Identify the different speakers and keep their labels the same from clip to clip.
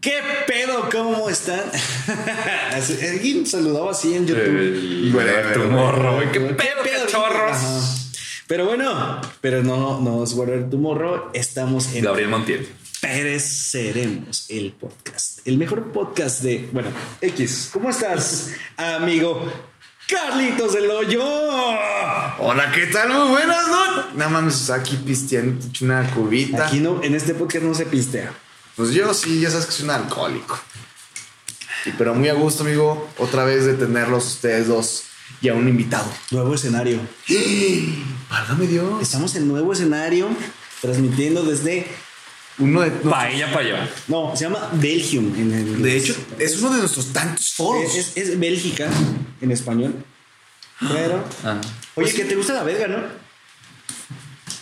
Speaker 1: ¿Qué pedo? ¿Cómo están? Así- Alguien saludaba así en
Speaker 2: Este,
Speaker 1: YouTube.
Speaker 3: Whatever,
Speaker 2: tu
Speaker 3: güey.
Speaker 2: morro, güey. ¿Qué
Speaker 1: ¿Qué
Speaker 2: pedo,
Speaker 1: pedo?
Speaker 2: cachorros?
Speaker 1: Ajá. Pero bueno, pero no, no es guardar tu morro. Estamos en
Speaker 2: Gabriel Montiel.
Speaker 1: Pérez Seremos, el podcast. El mejor podcast de, bueno, X. ¿Cómo estás, amigo? Carlitos del Hoyo.
Speaker 3: Hola, ¿qué tal? Muy buenas, ¿no? Nada más me está aquí pisteando hecho una cubita.
Speaker 1: Aquí no, en este podcast no se pistea.
Speaker 3: Pues yo sí, ya sabes que soy un alcohólico. Y pero muy a gusto, amigo, otra vez de tenerlos ustedes dos y a un invitado.
Speaker 1: Nuevo escenario.
Speaker 3: Válgame Dios.
Speaker 1: Estamos en nuevo escenario, transmitiendo desde
Speaker 3: Uno de, no,
Speaker 2: Paella para allá.
Speaker 1: No, se llama Belgium. En el-
Speaker 3: de hecho, es uno de nuestros tantos foros.
Speaker 1: es, es- es Bélgica en español. Pero.
Speaker 2: Ah.
Speaker 1: Oye, que te gusta la verga, ¿no?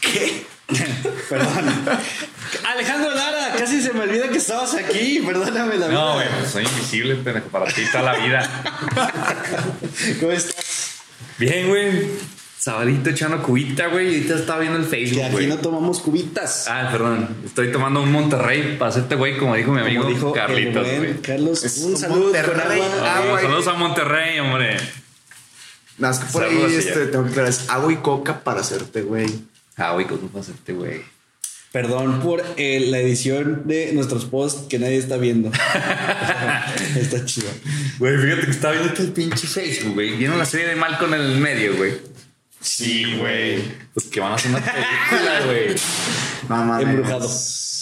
Speaker 3: ¿Qué?
Speaker 1: Perdón. Alejandro Lara, casi se me olvida que estabas aquí. Perdóname la
Speaker 2: No, güey,
Speaker 1: vida.
Speaker 2: pues soy invisible, pendejo, para ti toda la vida.
Speaker 1: ¿Cómo estás?
Speaker 2: Bien, güey. Sabadito echando cubita, güey. y Ahorita estaba viendo el
Speaker 1: Que
Speaker 2: Facebook,
Speaker 1: aquí
Speaker 2: güey.
Speaker 1: no tomamos cubitas.
Speaker 2: Ah, perdón. Estoy tomando un Monterrey para hacerte, güey, como dijo mi amigo
Speaker 1: Como dijo el
Speaker 2: Carlitos,
Speaker 1: buen
Speaker 2: güey.
Speaker 1: Carlos,
Speaker 3: Es
Speaker 1: un
Speaker 3: un
Speaker 1: saludo con
Speaker 3: Monterrey.
Speaker 1: agua.
Speaker 3: Ah,
Speaker 2: Amigos,
Speaker 3: güey.
Speaker 2: Saludos a Monterrey, hombre.
Speaker 3: Nada, es que por
Speaker 2: Saludos,
Speaker 3: ahí este,
Speaker 2: señor.
Speaker 3: tengo que aclarar, es agua y coca para hacerte, güey.
Speaker 2: Ah, güey, ¿cómo vas a hacerte, güey?
Speaker 1: Perdón por eh, la edición de nuestros posts que nadie está viendo. está chido.
Speaker 2: Güey, fíjate que estaba viendo todo el pinche Facebook, güey. Vieron la serie de Malcolm en el medio, güey. Sí, güey. Pues que van a hacer una película, güey.
Speaker 3: Mamá.
Speaker 1: Embrujado.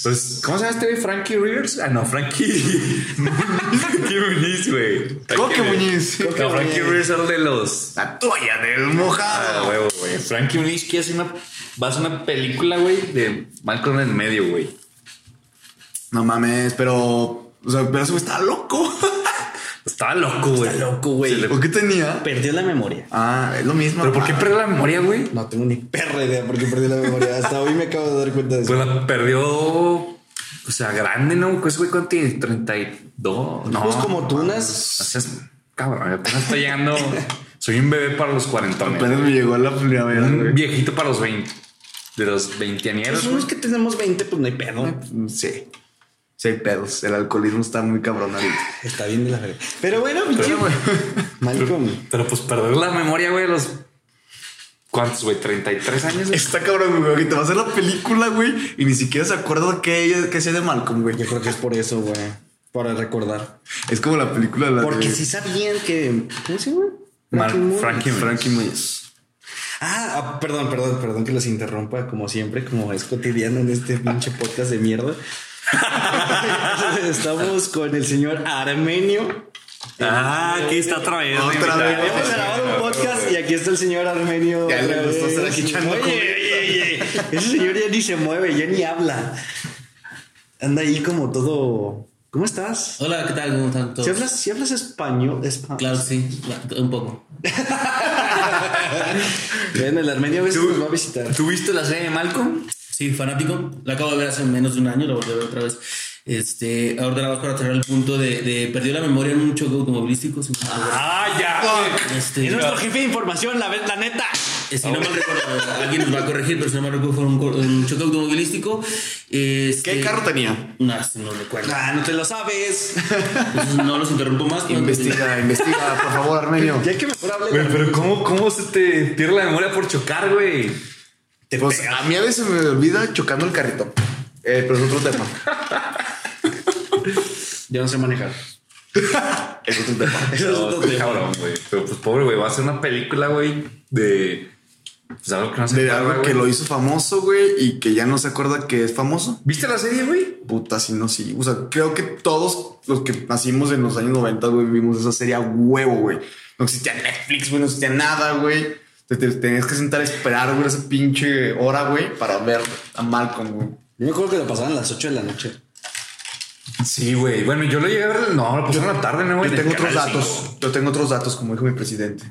Speaker 2: Pues, ¿cómo se llama este güey? Frankie Rivers. Ah, no, Frankie. Frankie Muniz, güey.
Speaker 3: ¿Cómo que Muñiz?
Speaker 2: No, Frankie Rivers es el de los.
Speaker 3: La toalla del
Speaker 2: Ah,
Speaker 3: mojado.
Speaker 2: huevo, güey. Frankie Muniz quiere hacer una. Va a hacer una película, güey, de Malcolm en el medio, güey.
Speaker 3: No mames, pero. O sea, pero eso está loco.
Speaker 2: Estaba loco, güey.
Speaker 1: Está loco, güey.
Speaker 2: Se le-
Speaker 3: ¿Por qué tenía?
Speaker 1: Perdió la memoria.
Speaker 3: Ah, es lo mismo.
Speaker 2: ¿Pero por qué
Speaker 3: Ah,
Speaker 2: perdió la memoria, güey?
Speaker 1: No tengo ni perra idea porque perdí la memoria. Hasta hoy me acabo de dar cuenta de eso.
Speaker 2: Pues la perdió. O sea, grande, ¿no? Pues, güey, ¿cuánto tiene? 32. No.
Speaker 1: Pues como tú unas.
Speaker 2: O sea, es- cabrón, apenas estoy llegando. Soy un bebé para los cuarentones.
Speaker 3: Apenas me llegó la primera vez.
Speaker 2: Un
Speaker 3: güey.
Speaker 2: viejito para los 20. De los veinteañeros.
Speaker 1: Pues unos que tenemos 20, pues no hay pedo.
Speaker 3: Sí. Sí, hay pedos. El alcoholismo está muy cabrón ahorita.
Speaker 1: Está bien de la verga. Pero bueno, pinche.
Speaker 2: Pero,
Speaker 1: Malcolm.
Speaker 2: Pero pues perder la memoria, güey, a los. ¿Cuántos, güey? 33 años. güey?
Speaker 3: Está cabrón, güey. Ahorita va a ser la película, güey. Y ni siquiera se acuerda que ella, que sea de Malcolm, güey.
Speaker 1: Yo creo que es por eso, güey. Para recordar.
Speaker 3: Es como la película de la
Speaker 1: Porque
Speaker 3: de-
Speaker 1: sí sabían que. ¿Cómo se llama?
Speaker 2: Mar-
Speaker 1: Frankie Moore.
Speaker 2: Frankie Muniz.
Speaker 3: Frankie Muñiz.
Speaker 1: Ah, ah, perdón, perdón, perdón que los interrumpa, como siempre, como es cotidiano en este pinche podcast de mierda. Estamos con el señor Armenio.
Speaker 2: Ah, aquí está otra vez.
Speaker 3: Otra
Speaker 2: invitado.
Speaker 3: vez.
Speaker 1: Hemos grabado un podcast y aquí está el señor Armenio.
Speaker 3: Ya le
Speaker 1: otra
Speaker 3: gustó
Speaker 1: vez.
Speaker 3: estar aquí echando
Speaker 1: Oye,
Speaker 3: cubeta.
Speaker 1: oye, oye, Ese señor ya ni se mueve, ya ni habla. Anda ahí como todo. ¿Cómo estás?
Speaker 4: Hola, ¿qué tal? ¿Cómo están todos?
Speaker 1: Si hablas, si hablas español, espa-
Speaker 4: Claro, sí, la- un poco.
Speaker 1: Ven, el Armenio a veces nos va a visitar.
Speaker 2: ¿Tuviste la serie de Malcolm?
Speaker 4: Sí, fanático. La acabo de ver hace menos de un año, la volví a ver otra vez. Este, ahora nada más para cerrar el punto de, de perdió la memoria en un choque automovilístico. si no me equivoco.
Speaker 2: Ah, ya.
Speaker 4: Este,
Speaker 1: Es nuestro jefe de información, la, ve- la neta.
Speaker 4: eh, si no mal recuerdo, alguien nos va a corregir, pero si no mal recuerdo fue un, cor- un choque automovilístico. Este,
Speaker 3: ¿Qué carro tenía?
Speaker 4: No, sí, no recuerdo.
Speaker 1: Ah, no te lo sabes.
Speaker 4: Entonces, no los interrumpo más. pero-
Speaker 3: Investiga, investiga, por favor, Armenio.
Speaker 1: Ya que mejor hable.
Speaker 2: Güey, pero ¿cómo, ¿cómo se te pierde la memoria por chocar, güey?
Speaker 1: Te
Speaker 3: Pues
Speaker 1: pega.
Speaker 3: a mí a veces me olvida chocando el carrito. Eh, pero es otro tema.
Speaker 1: Yo no sé manejar.
Speaker 3: Es otro tema.
Speaker 1: Eso es otro
Speaker 2: No,
Speaker 1: tema.
Speaker 2: cabrón, güey. Pero pues pobre, güey, va a ser una película, güey, de. Pues algo que no se
Speaker 3: De
Speaker 2: acuerda,
Speaker 3: algo que
Speaker 2: güey.
Speaker 3: lo hizo famoso, güey, y que ya no se acuerda que es famoso.
Speaker 2: ¿Viste la serie, güey?
Speaker 3: Puta, si no, sí. O sea, creo que todos los que nacimos en los años 90, güey, vimos esa serie a huevo, güey. No existía Netflix, güey, no existía nada, güey. Te, te- tenías que sentar a esperar, güey, esa pinche hora, güey, para ver a Malcolm, güey.
Speaker 1: Yo me acuerdo que lo pasaban a las 8 de la noche.
Speaker 2: Sí, güey. Bueno, yo lo llegué a ver. No, lo pasaron la tarde, ¿no, güey?
Speaker 3: Yo tengo
Speaker 2: En el
Speaker 3: otros
Speaker 2: canal
Speaker 3: datos.
Speaker 2: cinco.
Speaker 3: Yo tengo otros datos, como dijo mi presidente.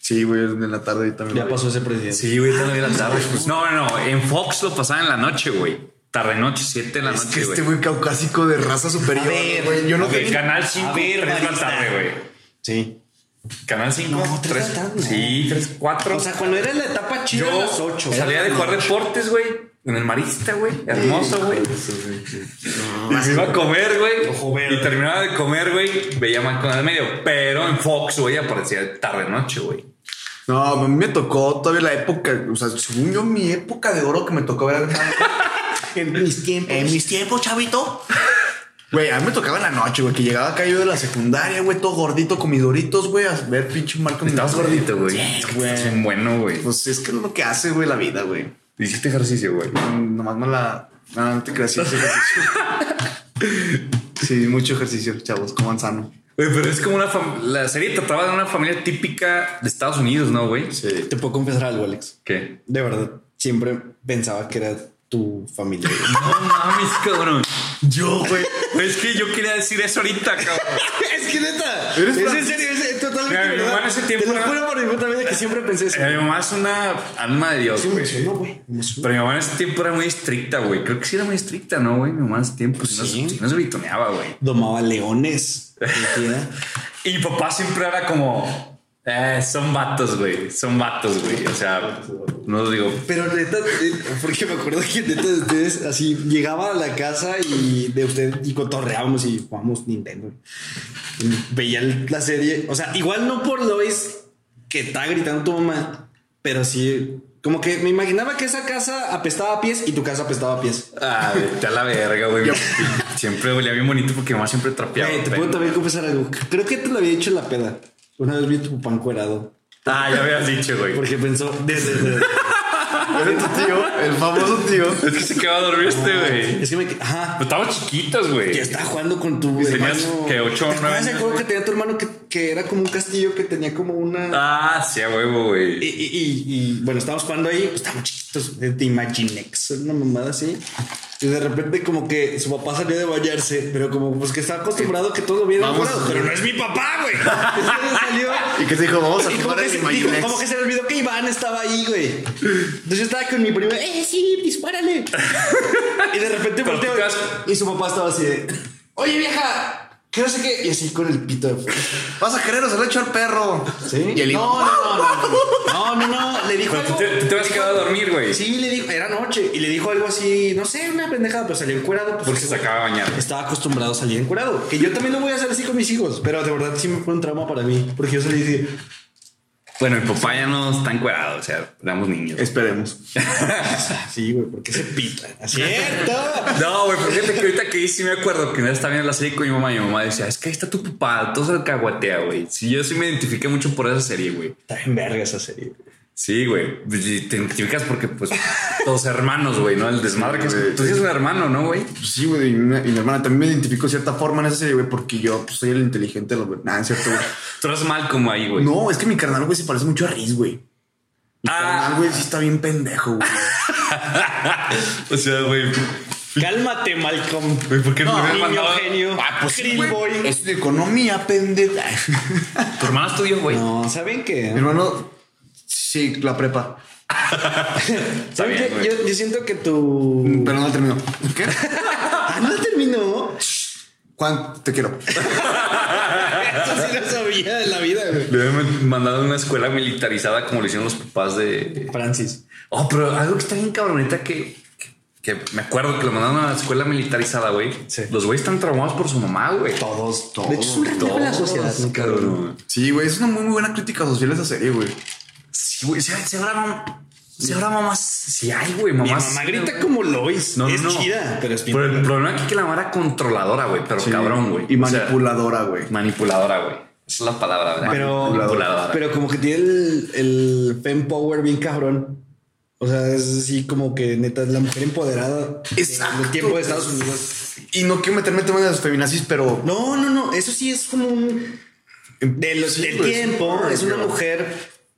Speaker 3: Sí, güey, en la tarde también.
Speaker 1: Ya
Speaker 3: lo vi.
Speaker 1: pasó ese presidente.
Speaker 2: Sí, güey, también la tarde. Pues, no, no, no. En Fox lo pasaban en la noche, güey. Tarde noche, 7 de la
Speaker 3: Es que
Speaker 2: noche,
Speaker 3: este
Speaker 2: güey.
Speaker 3: güey caucásico de raza superior, güey. Yo no
Speaker 2: De
Speaker 3: tengo.
Speaker 2: Canal 5,
Speaker 1: A
Speaker 2: 3
Speaker 1: ver,
Speaker 2: de la
Speaker 1: barista.
Speaker 2: tarde, Ah, güey.
Speaker 1: Sí.
Speaker 2: Canal 5,
Speaker 1: No, tres de la
Speaker 2: 3.
Speaker 1: tarde, no.
Speaker 2: Sí, 3, 4.
Speaker 1: O sea, cuando era la etapa chida, a
Speaker 2: Yo
Speaker 1: las 8.
Speaker 2: salía de jugar deportes, güey. En el Marista, güey. Hermoso, güey. Y se iba a comer, güey. Y terminaba de comer, güey. Veía Malcolm en el medio. Pero en Fox, güey, aparecía tarde-noche, güey.
Speaker 3: No, a mí me tocó todavía la época, o sea, según yo, mi época de oro que me tocó ver. en mis tiempos. En mis tiempos, chavito. Güey, a mí me tocaba en la noche, güey, que llegaba acá yo de la secundaria, güey, todo gordito con mis doritos, güey, a ver pinche Malcolm.
Speaker 2: Estabas gordito, güey.
Speaker 3: Sí,
Speaker 2: Es
Speaker 3: güey.
Speaker 2: bien bueno, güey.
Speaker 3: Pues es que es lo que hace, güey, la vida, güey.
Speaker 2: Hiciste ejercicio, güey.
Speaker 3: Mm, Nomás me la. No, no te creas, sí, hice ejercicio. Sí, mucho ejercicio, chavos, coman sano.
Speaker 2: Güey, pero es como una fam- La serie trataba de una familia típica de Estados Unidos, ¿no, güey?
Speaker 3: Sí.
Speaker 1: Te puedo confesar algo, Alex.
Speaker 2: ¿Qué?
Speaker 1: De verdad, siempre pensaba que era tu familia. güey.
Speaker 2: No mames, cabrón.
Speaker 3: Yo, güey.
Speaker 2: Es que yo quería decir eso ahorita, cabrón.
Speaker 1: es que neta. es
Speaker 3: Eres
Speaker 1: en
Speaker 3: francés.
Speaker 1: serio, es totalmente.
Speaker 2: Mira, mi
Speaker 1: verdad.
Speaker 2: mamá en ese tiempo
Speaker 1: Te lo
Speaker 2: era-
Speaker 1: juro por mi puta vida que siempre pensé eso.
Speaker 2: Eh, mi mamá es una alma de Dios,
Speaker 1: Sí, me
Speaker 2: güey.
Speaker 1: emocionó, güey. Me emocionó.
Speaker 2: Pero mi mamá en ese tiempo era muy estricta, güey. Creo que sí era muy estricta, ¿no, güey? Mi mamá en ese tiempo sí, no-
Speaker 1: Sí.
Speaker 2: sí no se bitoneaba, güey.
Speaker 1: Domaba leones. mentira.
Speaker 2: Y mi papá siempre era como... Eh, son vatos, güey. Son vatos, güey. O sea, no lo digo...
Speaker 1: Pero neta, eh, porque me acuerdo que neta de ustedes así llegaba a la casa y de usted y cotorreábamos y jugábamos Nintendo. Y veía el- la serie, o sea, igual no por Lois que está gritando tu mamá, pero sí como que me imaginaba que esa casa apestaba a pies y tu casa apestaba a pies.
Speaker 2: Ah, vete a la verga, güey. siempre olía bien bonito porque mi mamá siempre trapeaba.
Speaker 1: Güey, te
Speaker 2: pero-
Speaker 1: puedo también confesar algo. Creo que te lo había dicho en la peda. Una vez vi a tu papá encuerado.
Speaker 2: Ah, ya habías dicho, güey.
Speaker 1: Porque pensó, desde.
Speaker 3: Era tu tío, el famoso tío.
Speaker 2: Es que se quedaba a dormir este, güey.
Speaker 1: es que me. Ajá.
Speaker 2: Pero Estábamos chiquitos, güey.
Speaker 1: Que estaba jugando con tu
Speaker 2: Tenías,
Speaker 1: hermano.
Speaker 2: ¿qué, Eh, ocho o
Speaker 1: ¿Te acuerdas
Speaker 2: nueve
Speaker 1: del
Speaker 2: años,
Speaker 1: juego que
Speaker 2: güey?
Speaker 1: tenía tu hermano que, que era como un castillo que tenía como una.
Speaker 2: Ah, sí, a huevo,
Speaker 1: Y,
Speaker 2: güey.
Speaker 1: y- y- y, bueno, estábamos jugando ahí, pues, estábamos chiquitos, de de Imaginex, una mamada así. Y de repente, como que su papá salió de bañarse, pero como pues que estaba acostumbrado que todo lo viera
Speaker 3: Vamos.
Speaker 1: encuerado, Pero no es mi papá, güey. Entonces salió.
Speaker 3: Y que te dijo, vamos a
Speaker 1: Y como
Speaker 3: jugar
Speaker 1: que, se,
Speaker 3: el
Speaker 1: dijo-
Speaker 3: Imaginex.
Speaker 1: como que se le olvidó que Iván estaba ahí, güey. Entonces yo estaba con mi primo, ¡eh, sí, dispárale! y de repente
Speaker 2: Pero
Speaker 1: volteo
Speaker 2: tú te vas-
Speaker 1: y su papá estaba así de, ¡oye, vieja! ¿Qué no sé qué? Y así con el pito. de fuera.
Speaker 3: Vas a querer, se lo echo al perro.
Speaker 1: ¿Sí?
Speaker 3: Y el
Speaker 1: no, no, no, no, no. No, no, no. Le dijo
Speaker 2: Pero tú
Speaker 1: algo.
Speaker 2: te, tú te vas a quedar a dormir, güey.
Speaker 1: Sí, le dijo, era noche. Y le dijo algo así, no sé, una pendejada, pero salió encuerado. Pues,
Speaker 2: Porque se acaba de bañar.
Speaker 1: Estaba acostumbrado a salir encuerado. Que yo también lo voy a hacer así con mis hijos. Pero de verdad sí me fue un trauma para mí. Porque yo salí así.
Speaker 2: Bueno, mi papá ya no está encuerado, o sea, éramos niños.
Speaker 3: Esperemos.
Speaker 1: "Ah, Sí, güey, porque se pita. ¿Cierto?
Speaker 2: No, güey, fíjate que ahorita que sí me acuerdo que una vez estaba viendo la serie con mi mamá y mi mamá decía, es que ahí está tu papá, todo se lo caguatea, güey. Sí, yo sí me identifiqué mucho por esa serie, güey.
Speaker 1: Está en verga esa serie.
Speaker 2: Sí, güey. Pues, Y Te identificas porque, pues, todos hermanos, güey, ¿no? El desmadre que
Speaker 3: güey.
Speaker 2: es. Tú sí eres un hermano, ¿no, güey?
Speaker 3: Pues sí, güey. Y, una- y mi hermana también me identificó de cierta forma en esa serie, güey, porque yo pues, soy el inteligente de los. güey. Nah, es cierto, güey.
Speaker 2: Tú eres mal como ahí, güey.
Speaker 3: No, es que mi carnal, güey, se parece mucho a Riz, güey. Mi
Speaker 2: Ah.
Speaker 3: carnal, güey, sí está bien pendejo, güey.
Speaker 2: O sea, güey.
Speaker 1: Cálmate, Malcolm.
Speaker 2: Güey, ¿por qué no, me
Speaker 1: Niño
Speaker 2: mandaba-
Speaker 1: genio.
Speaker 3: Ah, pues sí,
Speaker 1: Krill
Speaker 3: güey.
Speaker 1: boy.
Speaker 3: Es de economía, pendejo.
Speaker 2: Tu hermano estudió, güey.
Speaker 1: No, ¿saben qué?
Speaker 3: Mi hermano, sí, la prepa.
Speaker 1: ¿Saben
Speaker 2: bien,
Speaker 1: qué?
Speaker 2: güey.
Speaker 1: Yo, yo siento que tu.
Speaker 3: Pero no terminó. ¿Qué?
Speaker 1: Ah, no terminó.
Speaker 3: Juan, te quiero.
Speaker 1: Eso sí lo sabía de la vida, güey.
Speaker 2: Le habían mandado a una escuela militarizada como lo hicieron los papás de.
Speaker 1: Francis.
Speaker 2: Oh, pero algo que está bien cabroneta que. Que me acuerdo que lo mandaron a la escuela militarizada, güey.
Speaker 1: Sí.
Speaker 2: Los güeyes están traumados por su mamá, güey.
Speaker 3: Todos, todos.
Speaker 1: De hecho, es un reflejo de la sociedad.
Speaker 2: Todos, cabrón.
Speaker 3: Sí, güey, es una muy, muy buena crítica social esa serie, güey.
Speaker 2: Sí, güey. Se, se habrá mam- Se habrá mamás. Sí, hay, güey.
Speaker 1: Mi
Speaker 2: Mamás.
Speaker 1: mamá grita como Lois.
Speaker 2: No, no,
Speaker 1: es
Speaker 2: no.
Speaker 1: chida, pero es bien-
Speaker 2: Pero el problema aquí es que la mamá era controladora, güey. Pero cabrón, güey.
Speaker 3: Y
Speaker 2: O sea,
Speaker 3: manipuladora, güey.
Speaker 2: manipuladora, güey. Esa es la palabra, ¿verdad?
Speaker 1: Pero-
Speaker 2: manipuladora.
Speaker 1: Pero como que tiene el, el fem power bien cabrón. O sea, es así como que neta es la mujer empoderada
Speaker 3: Exacto.
Speaker 1: en el tiempo de Estados Unidos.
Speaker 3: Y no quiero meterme en temas de las feminazis, pero
Speaker 1: No, no, no. Eso sí es como un. De los,
Speaker 3: Em, Sí, pues,
Speaker 1: del
Speaker 3: güey,
Speaker 1: tiempo.
Speaker 3: sí,
Speaker 1: es una
Speaker 3: güey.
Speaker 1: mujer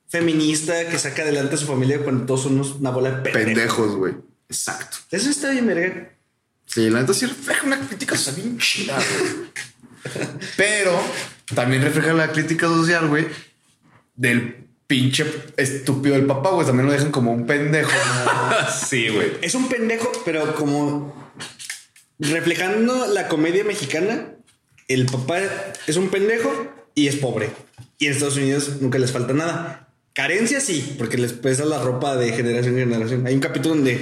Speaker 1: feminista que saca adelante a su familia cuando todos son unos- una bola de pendejos.
Speaker 3: pendejos, güey. Exacto.
Speaker 1: Eso está bien, verga.
Speaker 3: Sí, la neta sí refleja una crítica social bien chida, güey. Pero también refleja la crítica social, güey, del pinche estúpido del papá, güey. También lo dejan como un pendejo.
Speaker 2: sí, güey.
Speaker 1: Es un pendejo, pero como reflejando la comedia mexicana, el papá es un pendejo y es pobre. Y en Estados Unidos nunca les falta nada. Carencia sí, porque les pesa la ropa de generación en generación. Hay un capítulo donde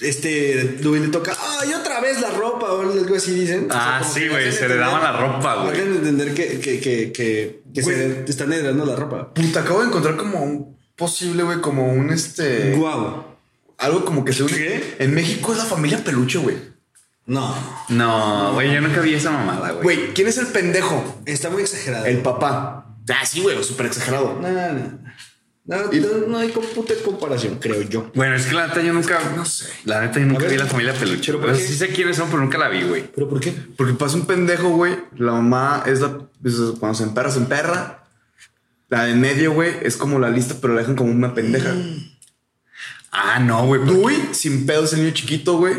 Speaker 1: este Dewey le toca, ay, otra vez la ropa o algo así dicen. O sea,
Speaker 2: Ah,
Speaker 1: como
Speaker 2: sí,
Speaker 1: que
Speaker 2: güey.
Speaker 1: hacen
Speaker 2: Se le daban la
Speaker 1: entender-
Speaker 2: ropa, güey.
Speaker 1: Hacen entender que, que, que, que, que se
Speaker 3: Güey.
Speaker 1: te están heredando la ropa.
Speaker 3: Puta, acabo de encontrar como un posible, güey, como un este.
Speaker 1: Guau.
Speaker 3: Algo como que se une.
Speaker 1: ¿Qué?
Speaker 3: En México es la familia peluche, güey.
Speaker 1: No,
Speaker 2: No, güey, yo nunca vi esa mamada, güey.
Speaker 3: Güey, ¿quién es el pendejo?
Speaker 1: está muy exagerado.
Speaker 3: El papá. Ah, sí, güey, súper exagerado.
Speaker 1: No, no, no. No,
Speaker 3: Y-
Speaker 1: no, no hay con- puta comparación, creo yo.
Speaker 2: Bueno, es que la neta yo nunca, no sé. La neta yo nunca
Speaker 1: ver.
Speaker 2: vi la familia peluche.
Speaker 1: ¿Pero por
Speaker 2: Pero
Speaker 1: qué?
Speaker 2: sí sé quiénes son, pero nunca la vi, güey.
Speaker 1: ¿Pero por qué?
Speaker 3: Porque pasa un pendejo, güey. La mamá es la. es- cuando se emperra, se emperra. La de en medio, güey, es como la lista, pero la dejan como una pendeja.
Speaker 2: Ah, no, güey. ¿por
Speaker 3: Dewey, sin pedo, es el niño chiquito, güey.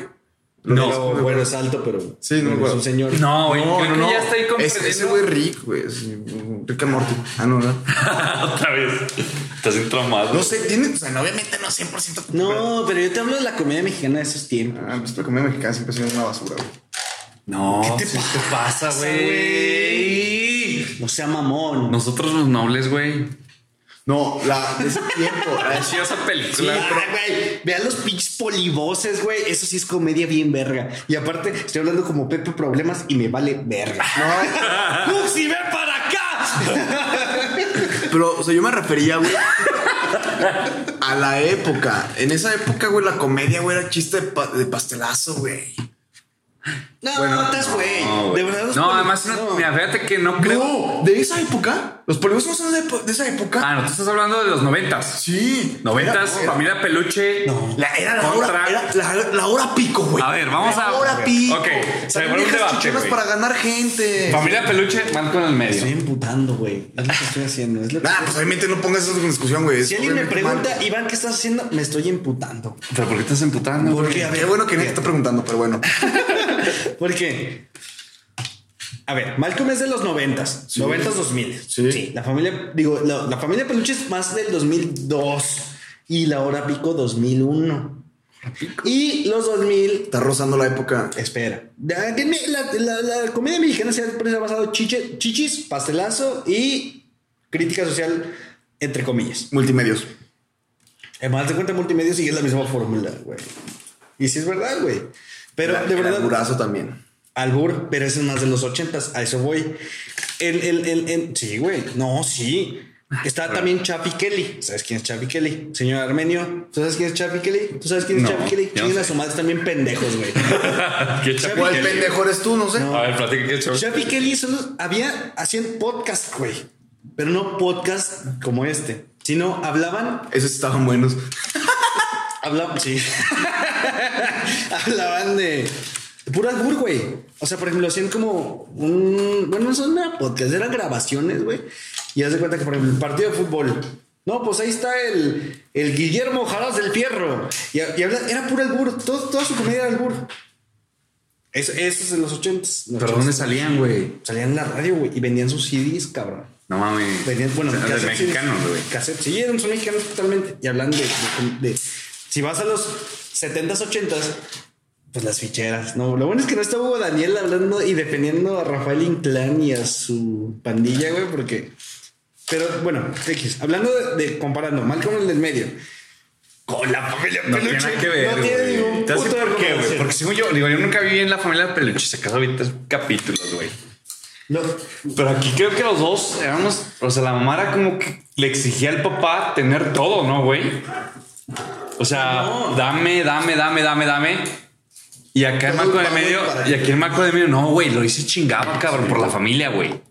Speaker 1: No,
Speaker 3: Pero,
Speaker 1: bueno, es alto, pero.
Speaker 3: Sí, no,
Speaker 1: pero es
Speaker 3: bueno.
Speaker 1: un señor.
Speaker 2: qué? No, güey.
Speaker 3: No,
Speaker 2: creo
Speaker 3: no,
Speaker 2: que
Speaker 3: no.
Speaker 2: ya estoy
Speaker 3: Es-
Speaker 2: comprendiendo.
Speaker 3: ese güey Rick, güey. es- Rick and Morty. Ah, no, no.
Speaker 2: Otra vez. Estás bien traumado.
Speaker 3: No sé, tiene. O sea, obviamente no 100%.
Speaker 1: No, pero yo te hablo de la comida mexicana de esos tiempos.
Speaker 3: Ah, pues la comida mexicana siempre ha sido una basura, güey.
Speaker 2: No.
Speaker 1: ¿Qué te
Speaker 2: sí
Speaker 1: pasa,
Speaker 2: güey?
Speaker 1: No sea mamón.
Speaker 2: Nosotros los nobles, güey.
Speaker 3: No, la de ese tiempo. la de-
Speaker 2: Sí, esa
Speaker 1: Sí,
Speaker 2: película.
Speaker 1: ah, güey, vean los pinches polivoces, güey. Eso sí es comedia bien verga. Y aparte, estoy hablando como Pepe Problemas y me vale verga. No, si ve para acá!
Speaker 3: Pero, o sea, yo me refería, güey. A la época. En esa época, güey, la comedia, güey, era chiste de, pa- de pastelazo, güey.
Speaker 1: No,
Speaker 3: Bueno,
Speaker 1: no estás, güey.
Speaker 2: No,
Speaker 1: de
Speaker 2: güey.
Speaker 1: verdad, los
Speaker 2: No,
Speaker 1: poli-
Speaker 2: además, no- mira, fíjate que no creo.
Speaker 3: No, de esa época. Los polígonos son de, de esa época.
Speaker 2: Ah, no, tú estás hablando de los noventas.
Speaker 3: Sí.
Speaker 2: Noventas,
Speaker 3: Era-
Speaker 2: familia peluche.
Speaker 1: No.
Speaker 3: La, era la
Speaker 2: Contra-
Speaker 3: hora, era la, la hora pico, güey.
Speaker 2: A ver, vamos
Speaker 3: la
Speaker 2: a-
Speaker 3: hora pico.
Speaker 2: Ok, se
Speaker 3: Salían
Speaker 2: abrió un
Speaker 3: viejas
Speaker 2: debate,
Speaker 3: chichonas
Speaker 2: güey.
Speaker 3: para ganar gente.
Speaker 2: Familia peluche, mal con el
Speaker 1: Me estoy
Speaker 2: medio.
Speaker 1: emputando, güey. Es lo que estoy haciendo. es lo que-
Speaker 3: Nah, pues obviamente no pongas eso en discusión, güey.
Speaker 1: Si alguien me
Speaker 3: Obviamente mal.
Speaker 1: pregunta, Iván, ¿qué estás haciendo? Me estoy emputando.
Speaker 2: ¿Pero por qué estás emputando?
Speaker 1: ¿Por
Speaker 2: güey?
Speaker 1: qué? A
Speaker 3: Qué
Speaker 1: ver,
Speaker 3: bueno que nadie te está preguntando, pero bueno.
Speaker 1: Porque, a ver, Malcolm es de los noventas, noventas, dos mil.
Speaker 3: Sí.
Speaker 1: la familia, digo, la, la familia Peluche es más del 2002 y la hora pico 2001. Y los 2000,
Speaker 3: Está rozando la época.
Speaker 1: espera, la, la, la- la comida mexicana se ha se ha basado chiche- chichis, pastelazo y crítica social, entre comillas.
Speaker 3: Multimedios.
Speaker 1: Además, de cuenta, multimedia sigue la misma fórmula, güey. Y sí es verdad, güey. Pero de
Speaker 3: El
Speaker 1: verdad,
Speaker 3: alburazo también.
Speaker 1: Albur, pero eso es más de los ochentas, a eso voy. El, el, el, el- sí, güey, no, sí. Está también Chapi Kelly. ¿Sabes quién es Chapi Kelly? Señor Armenio, ¿tú sabes quién es Chapi Kelly? ¿Tú sabes quién es
Speaker 2: No,
Speaker 1: Chapi Kelly?
Speaker 2: yo no
Speaker 1: Chinguen a
Speaker 2: sé.
Speaker 1: su madre, también pendejos, güey.
Speaker 2: ¿Qué
Speaker 1: Chapi
Speaker 2: chapi?
Speaker 3: ¿Cuál pendejo eres tú? No sé.
Speaker 2: A ver, platica qué chapi.
Speaker 1: Chapi Kelly solo había, hacían podcast, güey. Pero no podcast como este, sino hablaban
Speaker 3: Esos estaban buenos.
Speaker 1: Hablaban, sí. Hablaban de puro albur, güey. O sea, por ejemplo, hacían como un. Bueno, eso no era podcast, eran grabaciones, güey. Y haz de cuenta que, por ejemplo, el partido de fútbol. No, pues ahí está el, el Guillermo Jaras del Fierro. Y, y habla- era puro albur. Todo, toda su comedia era albur. Eso, eso es en los ochentas. los
Speaker 2: ¿Pero dónde
Speaker 1: ochentas.
Speaker 2: salían, güey?
Speaker 1: Salían en la radio, güey. Y vendían sus CDs, cabrón.
Speaker 2: No mames.
Speaker 1: Venían, bueno,
Speaker 2: O sea, de
Speaker 1: cassettes, sí,
Speaker 2: mexicanos, güey.
Speaker 1: cassettes, sí, eran- son mexicanos totalmente. Y hablan de, de- de- Si vas a los 70s, 80s, pues las ficheras, ¿no? Lo bueno es que no está Hugo Daniel hablando y defendiendo a Rafael Inclán y a su pandilla, güey, porque. Pero bueno, X, hablando de, de- comparando, mal con el del medio. Con la familia
Speaker 2: No tiene
Speaker 1: Peluche,
Speaker 2: nada que ver.
Speaker 1: No tiene
Speaker 2: güey.
Speaker 1: ningún
Speaker 2: ¿Te hace
Speaker 1: punto de
Speaker 2: por qué, güey?
Speaker 1: comparación.
Speaker 2: Porque según yo, digo, yo nunca viví en la familia peluche. Se casó ahorita capítulos, güey.
Speaker 1: No,
Speaker 2: Pero aquí creo que los dos éramos. O sea, la mamá era como que le exigía al papá tener todo, ¿no, güey? O sea, dame, dame, dame, dame, dame. Y acá en
Speaker 3: Todo
Speaker 2: Maco de
Speaker 3: el
Speaker 2: Medio,
Speaker 3: valor para
Speaker 2: y
Speaker 3: ti.
Speaker 2: aquí en Maco de Medio, no, güey, lo hice chingado, cabrón, por la familia, güey.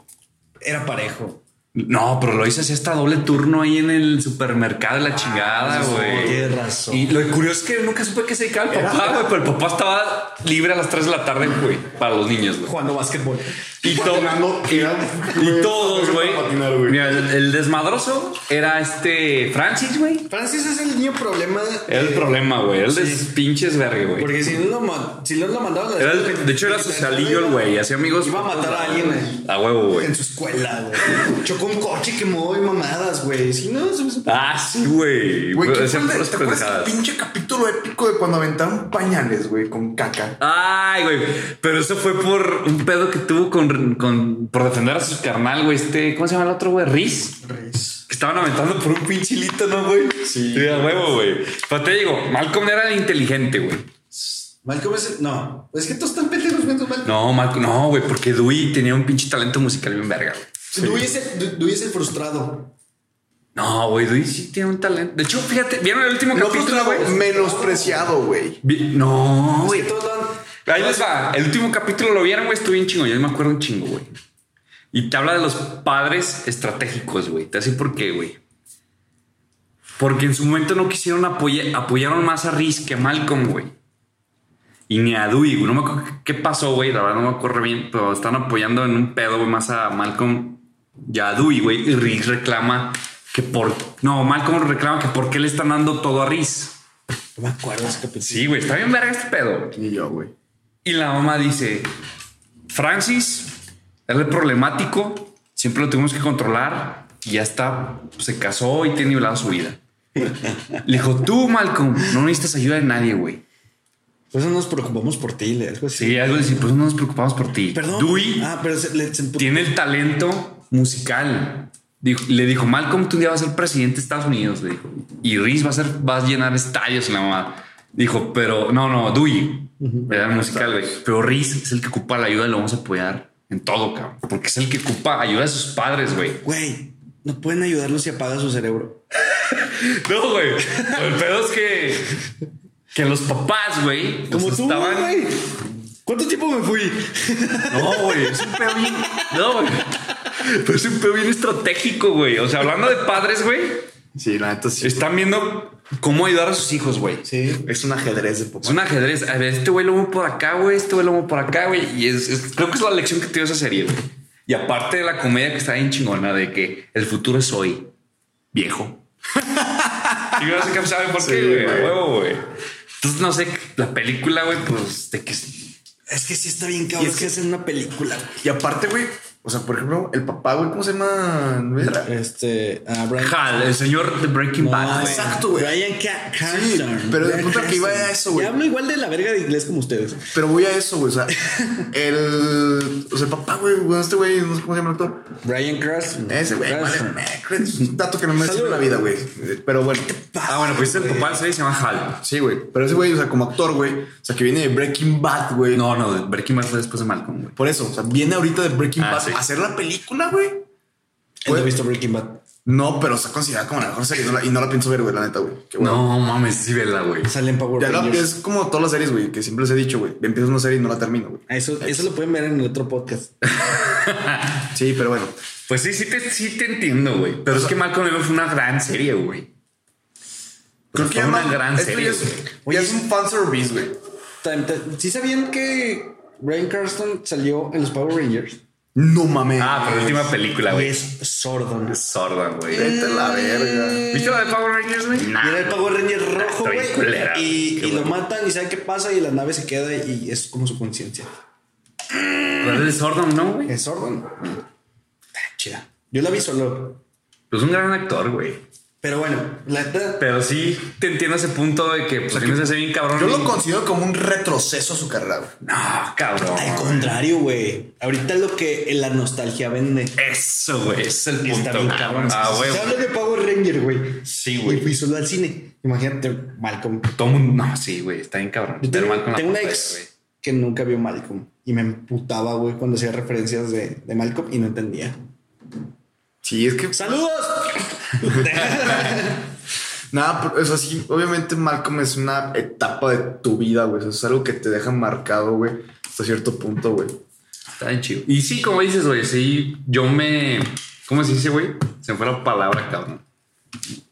Speaker 1: era parejo.
Speaker 2: No, pero lo hice así hasta doble turno ahí en el supermercado de la
Speaker 3: Ah,
Speaker 2: chingada, Ah, güey.
Speaker 1: tienes razón.
Speaker 2: Y lo curioso es que nunca supe que se dedicaba el papá, güey, pero el papá estaba libre a las 3 de la tarde, güey, para los niños, güey.
Speaker 1: Jugando básquetbol.
Speaker 2: Y, to-
Speaker 3: Patinando,
Speaker 2: y-
Speaker 3: era-
Speaker 2: y todos, güey.
Speaker 3: Patinar, güey.
Speaker 2: Mira, el, el desmadroso era este Francis, güey.
Speaker 1: Francis es el niño problema.
Speaker 2: Era el
Speaker 1: eh,
Speaker 2: problema, güey. Él es
Speaker 1: Sí.
Speaker 2: pinches verga, güey.
Speaker 1: Porque si no lo, ma- si no lo mandaban a la
Speaker 2: Era el-
Speaker 1: escuela,
Speaker 2: de hecho, era socialillo el güey. Hacía amigos.
Speaker 1: Iba a matar a alguien eh,
Speaker 2: A huevo, güey.
Speaker 1: en su escuela, güey. Chocó un coche, quemó y mamadas, güey. Si no, se me supo-
Speaker 2: Ah, sí, güey.
Speaker 3: Güey, ¿qué
Speaker 2: Hacían
Speaker 3: fue el de-
Speaker 2: puras
Speaker 3: ¿te acuerdas
Speaker 2: pendejadas.
Speaker 3: del pinche capítulo épico de cuando aventaron pañales, güey, con caca?
Speaker 2: Ay, güey. Pero eso fue por un pedo que tuvo con, con- por defender a su carnal, güey. Este, ¿cómo se llama el otro, güey? Riz. Que estaban aventando por un pinche hilito, ¿no, güey?
Speaker 3: Sí.
Speaker 2: a huevo, güey. Pero te digo, Malcolm era el inteligente, güey.
Speaker 1: Malcolm es el- No, es que todos están pendejos, güey. Malcolm.
Speaker 2: No, Malcolm, no, güey, porque Dewey tenía un pinche talento musical bien verga. güey.
Speaker 1: Dewey es el- Du- Dewey es el frustrado.
Speaker 2: No, güey, Dewey sí tiene un talento. De hecho, fíjate, ¿vieron el último
Speaker 3: No
Speaker 2: capítulo,
Speaker 3: frustrado,
Speaker 2: güey?
Speaker 3: menospreciado, güey.
Speaker 2: Vi- No,
Speaker 1: Es
Speaker 2: güey.
Speaker 1: que todos lo han-
Speaker 2: Ahí les va. El último capítulo lo vieron, güey. Estuve bien chingo. Yo me acuerdo un chingo, güey. Y te habla de los padres estratégicos, güey. Te así por qué, güey. Porque en su momento no quisieron apoyar, apoyaron más a Riz que a Malcolm, güey. Y ni a Dewey, güey. No me acuerdo qué pasó, güey. La verdad no me acuerdo bien, pero están apoyando en un pedo, güey, más a Malcolm y a Dewey, güey. Y Riz reclama que por. No, Malcolm reclama que por qué le están dando todo a Riz.
Speaker 1: No me acuerdo de ese capítulo.
Speaker 2: Sí, güey. Está bien verga este pedo, güey.
Speaker 3: Ni yo, güey.
Speaker 2: Y la mamá dice, Francis, él es problemático, siempre lo tuvimos que controlar, y ya está, se casó y tiene nivelado su vida. Le dijo, tú, Malcolm, no necesitas ayuda de nadie, güey.
Speaker 1: Por eso nos preocupamos por ti, le algo así.
Speaker 2: Sí, algo así, pues no nos preocupamos por ti.
Speaker 1: Perdón.
Speaker 2: Dewey
Speaker 1: Ah, pero se, le, se emputó.
Speaker 2: tiene el talento musical. Dijo- le dijo, Malcolm, tú un día vas a ser presidente de Estados Unidos, le dijo. Y Riz va a, ser, va a llenar estadios en la mamá. Dijo, pero no, no, Dewey, era el musical, güey. Pero Riz es el que ocupa la ayuda y lo vamos a apoyar en todo, cabrón. Porque es el que ocupa ayuda de sus padres, güey.
Speaker 1: Güey, no pueden ayudarlo si apaga su cerebro.
Speaker 2: No, güey. El pedo es que, que los papás, güey, pues,
Speaker 1: Como tú, güey. ¿Cuánto tiempo me fui?
Speaker 2: No, güey, es un pedo bien. No, güey. Pero es un pedo bien estratégico, güey. O sea, hablando de padres, güey.
Speaker 3: Sí, la neta sí.
Speaker 2: Están viendo cómo ayudar a sus hijos, güey.
Speaker 1: Este, Sí.
Speaker 3: Es un ajedrez de popa.
Speaker 2: Es un ajedrez. A ver, este güey lo muevo por acá, güey. Este güey lo muevo por acá, güey. Y es, es- creo que es la lección que te dio esa serie, güey. Y aparte de la comedia que está bien chingona, de que el futuro es hoy, viejo. y no sé qué sabe por qué,
Speaker 3: Sí,
Speaker 2: güey.
Speaker 3: güey.
Speaker 2: a huevo, güey. Entonces, no sé, la película, güey, pues de que.
Speaker 1: Es que sí está bien cabrón
Speaker 3: Y es
Speaker 1: que hacen una película, güey.
Speaker 3: Y aparte, güey, o sea, por ejemplo, el papá, güey, ¿cómo se llama? ¿No era?
Speaker 1: Este, ah, Brian.
Speaker 2: Hal, el señor de Breaking
Speaker 1: No,
Speaker 2: Bad.
Speaker 1: güey.
Speaker 3: Ah, exacto, güey.
Speaker 1: Brian Ca-
Speaker 3: Sí,
Speaker 1: Cranston.
Speaker 3: pero de
Speaker 1: Bryan
Speaker 3: puta que iba
Speaker 1: Cranston.
Speaker 3: a eso, güey.
Speaker 1: Ya hablo igual de la verga de inglés como ustedes.
Speaker 3: Pero voy a eso, güey. O sea, el. O sea, el papá, güey, bueno, este güey, no sé cómo se llama el actor.
Speaker 1: Brian Cranston.
Speaker 3: Ese, güey, vale,
Speaker 1: Cranston.
Speaker 3: me- es un dato que no me sirve en la vida, güey. Pero bueno.
Speaker 2: Ah, bueno, pues el papá de la serie se llama Hal.
Speaker 3: Sí, güey. Pero ese güey, o sea, como actor, güey. O sea, que viene de Breaking Bad, güey.
Speaker 2: No, no, Breaking Bad fue después de Malcolm, güey.
Speaker 3: Por eso, o sea, viene ahorita de Breaking
Speaker 2: Ah,
Speaker 3: Bad
Speaker 2: sí.
Speaker 3: a hacer la película, güey.
Speaker 1: Él no ha visto Breaking Bad.
Speaker 3: No, pero está considerada como la mejor serie y no la, y no la pienso ver, güey, la neta, güey. Qué bueno.
Speaker 2: No mames, sí, vela, güey.
Speaker 1: Sale en Power
Speaker 3: Ya la-
Speaker 1: Rangers.
Speaker 3: es como todas las series, güey, que siempre les he dicho, güey. Empiezo una serie y no la termino, güey.
Speaker 1: Ah, Eso, eso lo pueden ver en el otro podcast.
Speaker 3: Sí, pero bueno.
Speaker 2: Eh. Pues sí, sí te, sí te entiendo, güey. Pero es que Malcolm X fue una gran serie, güey.
Speaker 3: Creo
Speaker 2: Fue
Speaker 3: que ya
Speaker 2: una
Speaker 3: no-
Speaker 2: gran
Speaker 3: esto
Speaker 2: serie,
Speaker 3: ya es-
Speaker 2: güey.
Speaker 3: Ya es un fanservice, güey.
Speaker 1: Tam- tam- ¿Sí sabían que Brian Cranston salió en los Power Rangers?
Speaker 3: No mames.
Speaker 2: Ah, pero la última película,
Speaker 1: Y
Speaker 2: güey.
Speaker 1: es
Speaker 2: Es
Speaker 1: sordo. ¿no?
Speaker 2: sorda, güey.
Speaker 3: Vete a la verga.
Speaker 2: ¿Viste la de Power Rangers, güey?
Speaker 3: Ah,
Speaker 1: Y era el Power Ranger rojo,
Speaker 2: Está bien culera,
Speaker 1: güey.
Speaker 2: güey.
Speaker 1: Y,
Speaker 2: Qué
Speaker 1: y lo
Speaker 2: bueno.
Speaker 1: matan y sabe qué pasa y la nave se queda y es como su conciencia.
Speaker 2: Pero él es sordo, ¿no, güey?
Speaker 1: Es sordo. ¿no? Ah, Chida. Yo la vi solo.
Speaker 2: Pues un gran actor, güey.
Speaker 1: Pero bueno, la neta.
Speaker 2: Pero sí te entiendo ese punto de que pues, tienes que ser bien cabrón.
Speaker 3: Yo lo
Speaker 2: y-
Speaker 3: considero como un retroceso a su carrera, güey.
Speaker 2: No, cabrón.
Speaker 1: Al contrario, güey. Ahorita lo que la nostalgia vende.
Speaker 2: Eso, güey. Es el
Speaker 1: Y está
Speaker 2: punto.
Speaker 1: bien cabrón.
Speaker 2: cabrón. Ah, güey.
Speaker 1: Se habla de Power Ranger, güey.
Speaker 2: Sí,
Speaker 1: Y
Speaker 2: güey.
Speaker 1: fui solo al cine. Imagínate, Malcolm.
Speaker 2: Todo mundo. No, sí, güey. Está bien cabrón.
Speaker 1: Yo
Speaker 2: Pero
Speaker 1: tengo,
Speaker 2: Malcolm la
Speaker 1: tengo una
Speaker 2: pantalla,
Speaker 1: ex
Speaker 2: güey.
Speaker 1: que nunca vio Malcolm y me emputaba, güey, cuando hacía referencias de, de Malcolm y no entendía.
Speaker 3: Sí, es que
Speaker 1: ¡Saludos!
Speaker 3: Nada, pero, o sea, sí, obviamente Malcolm es una etapa de tu vida, güey. O sea, es algo que te deja marcado, güey, hasta cierto punto, güey.
Speaker 2: Está bien chido. Y sí, como dices, güey, sí, yo me. ¿Cómo se dice, güey? Se me fue la palabra, cabrón.